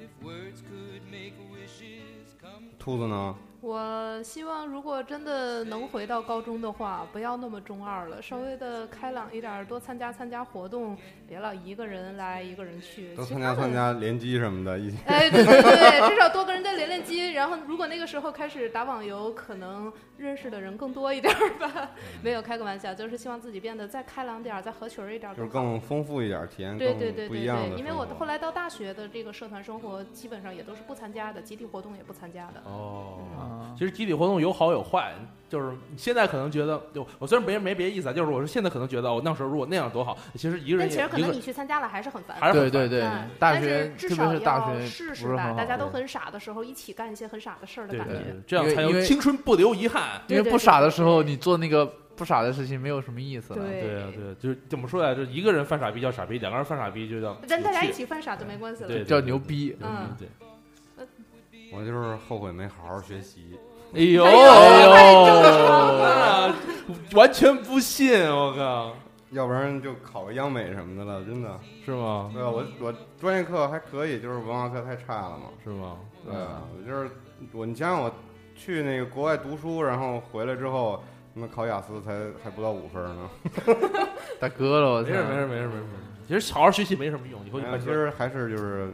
S4: if words could make wishes come
S5: 兔子呢？
S7: 我希望如果真的能回到高中的话，不要那么中二了，稍微的开朗一点儿，多参加参加活动，别老一个人来一个人去。
S5: 都
S7: 其实
S5: 参
S7: 他
S5: 加参
S7: 们
S5: 加联机什么的，一起
S7: 哎，对对对，至少多跟人家连连机。然后，如果那个时候开始打网游，可能认识的人更多一点儿
S5: 嗯
S7: 吧。没有开个玩笑，就是希望自己变得再开朗点儿，再合群儿一点儿
S5: 就是
S7: 更好。
S5: 更丰富一点，体验
S7: 对
S5: 更
S7: 对对
S5: 不
S7: 对
S5: 一样的
S7: 对，
S5: 生
S7: 因为我后
S5: 活。
S7: 来到大学的这个社团生活，基本上也都是不参加的，集体活动也不参加的。
S6: 哦，
S8: 啊，
S6: 其实集体活动有好有坏，就是你现在可能觉得，就我虽然没没别的意思啊，就是我是现在可能觉得我那时候如果那样多好，其实一个
S7: 但
S6: 人
S7: 其
S6: 也
S7: 实可
S6: 一
S7: 能
S6: 个
S7: 你去参加了还是很烦。
S6: 还是
S8: 对对
S6: 很烦
S8: 对
S7: 嗯，
S8: 大
S7: 但
S8: 学
S7: 是至
S8: 特
S7: 少
S8: 别是大
S7: 要
S8: 学
S7: 试
S8: 不
S7: 试
S8: 是
S7: 吧，
S8: 很
S7: 大
S8: 好
S7: 家都
S6: 对
S7: 很傻的时候，一起干一些很傻的事儿的
S6: 对
S7: 感
S6: 对
S7: 觉。
S6: 对，这样
S8: 因为
S6: 才
S8: 因
S6: 有
S8: 为
S6: 青春不留遗憾。
S8: 因为
S7: 对
S8: 不
S7: 对
S8: 傻
S7: 对
S8: 的时候，
S7: 对
S8: 你做那个不傻的事情没有什么意思了。
S6: 对啊，对啊，就是怎么说呀？就是一个人犯傻逼叫傻逼，两个人犯傻逼就叫
S7: 咱大家一
S6: 有趣
S7: 起犯傻就没关系了。
S6: 对
S8: 叫牛逼
S6: 牛
S7: 嗯
S6: 逼
S5: 我就是后悔没好好学习，
S6: 对，哎呦
S7: 哎呦
S6: 哎呦，完全不信，我靠，
S5: 要不然就考个央美什么的了，真的。
S6: 是吗？
S5: 对啊，我我专业课还可以，就是文化课太差了嘛。
S6: 是吗？
S5: 对啊，
S6: 嗯
S5: 我就是我，你想想我去那个国外读书，然后回来之后，他妈考雅思才还不到五分呢。
S8: 大哥了，我
S6: 没事没
S8: 操
S6: 事没事没事没事，其实好好学习没什么用，以后就
S5: 哎呀
S6: 快
S5: 其实还是就是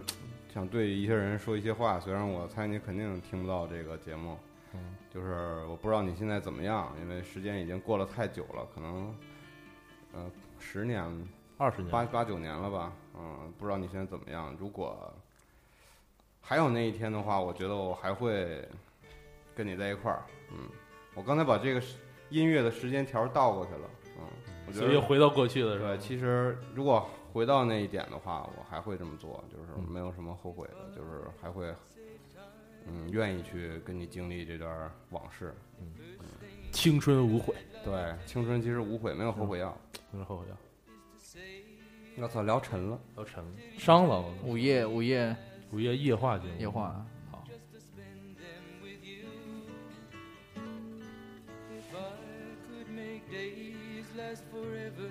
S5: 想对一些人说一些话，虽然我猜你肯定听不到这个节目，
S6: 嗯
S5: 就是我不知道你现在怎么样，因为时间已经过了太久了，可能呃十年
S6: 二十年
S5: 八八九年了吧，嗯，不知道你现在怎么样。如果还有那一天的话，我觉得我还会跟你在一块儿。嗯，我刚才把这个时音乐的时间条倒过去了。嗯，我觉
S6: 所以又
S5: 得
S6: 回到过去了，是
S5: 对，
S6: 吧？
S5: 其实如果回到那一点的话，我还会这么做，就是
S6: 嗯
S5: 没有什么后悔的，就是还会嗯愿意去跟你经历这段往事。
S6: 青春无悔，
S5: 对，青春其实无悔，没有后悔药。
S6: 没有后悔药，嗯
S5: 我操，聊沉了。
S6: 都沉了，伤了，我靠
S8: 午夜午夜
S6: 午夜夜话节目，
S8: 夜话，
S4: could make days last forever,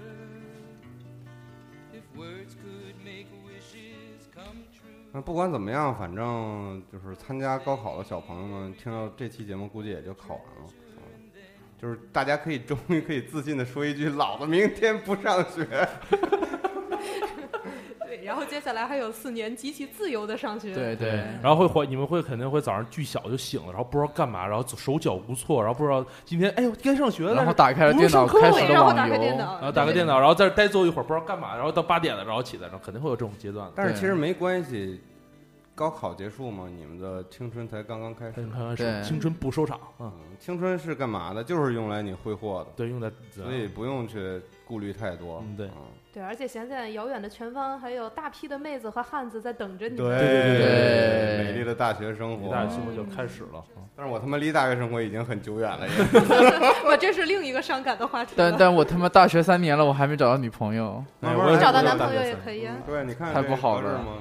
S4: if words could make wishes come true.
S5: 那不管怎么样，反正就是参加高考的小朋友们，听到这期节目估计也就考完了。嗯就是大家可以终于可以自信的说一句：“老子明天不上学。
S7: 对，然后接下来还有四年极其自由的上学。
S8: 对对
S6: 对，然后会怀，你们会肯定会早上巨小就醒了，然后不知道干嘛，然后手脚无措，然后不知道今天哎呦该上学了，
S8: 然后打开了
S6: 不
S8: 电
S6: 用
S8: 脑，
S6: 上课
S8: 开
S6: 了
S8: 始
S7: 对，
S8: 了
S7: 然后
S8: 网
S7: 打开电
S8: 游。
S7: 脑，
S6: 然后打个电脑，然后在这儿呆坐一会儿，不知道干嘛，然后到八点了，然后起来，然后肯定会有这种阶段”的。
S5: 但是其
S8: 对
S5: 实没关系，高考结束嘛，你们的青春才刚刚开始
S6: 看。
S8: 对
S6: 看是青春不收场，嗯，
S5: 嗯，青春是干嘛的？就是用来你挥霍的，
S6: 对，用在
S5: 所以不用去顾虑太多。
S6: 嗯对
S7: 对，而且想想遥远的前方，还有大批的妹子和汉子在等着你。
S5: 对
S6: 对
S8: 对
S5: 美丽的大学生
S6: 你
S5: 活。
S6: 大学生活就开始了，嗯
S5: 但是我他妈离大学生活已经很久远了，也
S7: 我这是另一个伤感的话题了。
S8: 但但我他妈大学三年了，我还没找到女朋友，
S5: 慢
S6: 哎
S5: 慢
S6: 我也
S5: 来
S7: 找到
S5: 不就
S7: 男
S5: 大
S7: 朋友
S5: 学
S7: 也
S5: 生
S7: 可以啊。
S5: 对，你看
S8: 太
S5: 这
S8: 不好
S5: 合适
S8: 了
S5: 吗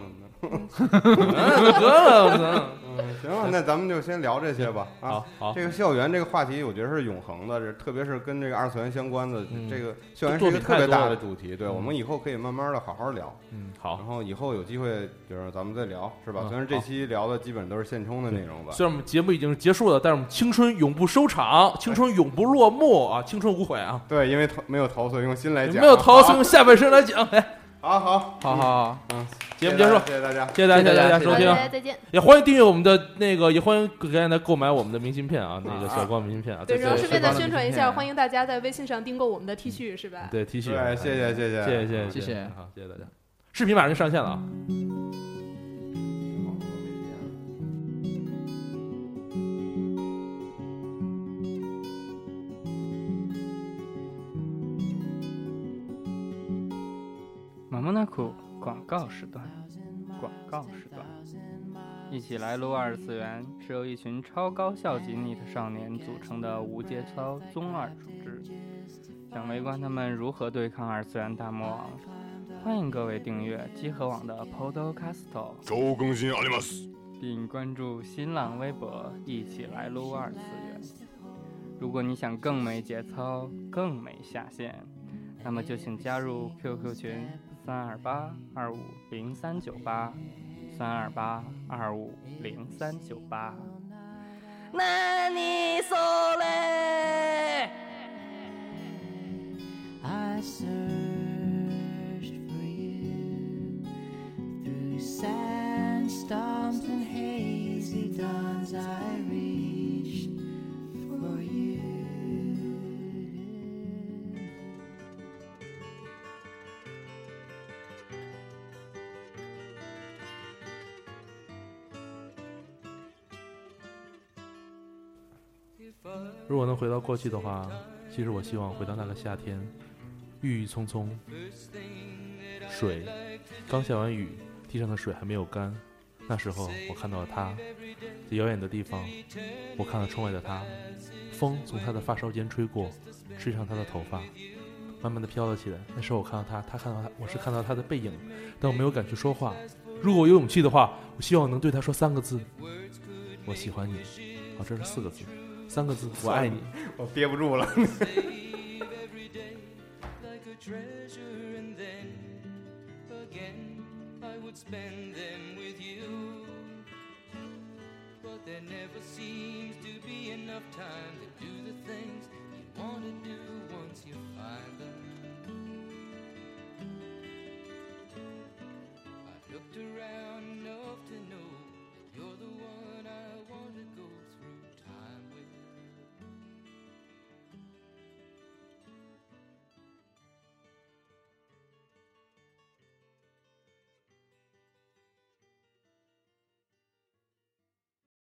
S6: 得了，我操
S5: 嗯，行了，那咱们就先聊这些吧。啊，
S6: 嗯好好，
S5: 这个校园这个话题，我觉得是永恒的，这特别是跟这个二次元相关的，
S6: 嗯
S5: 这个校园是一个
S6: 作品
S5: 特
S6: 太
S5: 别
S6: 多
S5: 大
S6: 了
S5: 的主题。对，
S6: 嗯
S5: 我们以后可以慢慢的好好聊，
S6: 嗯
S5: 然
S6: 好。
S5: 后以后有机会就是咱们再聊，是吧？
S6: 嗯
S5: 虽然这期聊的基本都是现充的内容吧。
S6: 虽然我们节目已经是结束了，但是我们青春永不收场，青春永不落幕啊，青春无悔啊！
S5: 对，因为头没有头，所以用心来哎讲。
S6: 没有逃，从下半身 来讲。哎，
S5: 好好，
S8: 好好好，
S5: 嗯，
S6: 节目结束，
S5: 谢谢大家。
S6: 谢谢大家，谢谢大家嗯收
S7: 好，
S8: 谢谢
S6: 听
S7: 大。家再见。
S6: 也欢迎订阅我们的那个，也欢迎给大家购买我们的明信片啊，那个小光明信片啊，
S7: 对，
S6: 这
S7: 然后
S6: 次
S7: 顺便再宣传一下，
S8: 对
S7: 欢迎大家在微信上订购我们的 T 恤，是吧？
S6: 对 T 恤，啊
S5: 对，谢谢，谢谢，
S6: 谢谢，谢
S8: 谢谢
S6: 好，谢谢大家。视频马上就上线了啊。
S3: 马莫纳库广告时段，广告时段，一起来撸二次元是由一群超高校级 NET 少年组成的无节操中二组织，想围观他们如何对抗二次元大魔王。欢迎各位订阅集合网的 Podcast，
S1: 周更新阿里马斯，
S3: 并关注新浪微博“一起来撸二次元”。如果你想更没节操、更没下限，那么就请加入 QQ 群三二八二五零三九八，三二八二五零三九八。
S4: なにそれ I searched for you through sandstorms and hazy dawns. I reached for you. If I
S6: 如果能回到过去的话，其实我希望回到那个夏天，郁郁葱葱，水刚下完雨，地上的水还没有干。那时候我看到了她，在遥远的地方，我看到窗外的她，风从她的发梢间吹过，吹上她的头发，慢慢的飘了起来。那时候我看到她，她看到她，我是看到她的背影，但我没有敢去说话。如果我有勇气的话，我希望能对她说三个字：我喜欢你。哦，这是四个字，三个字，我爱你。
S5: 我憋不住了。
S4: like a treasure and then again I would spend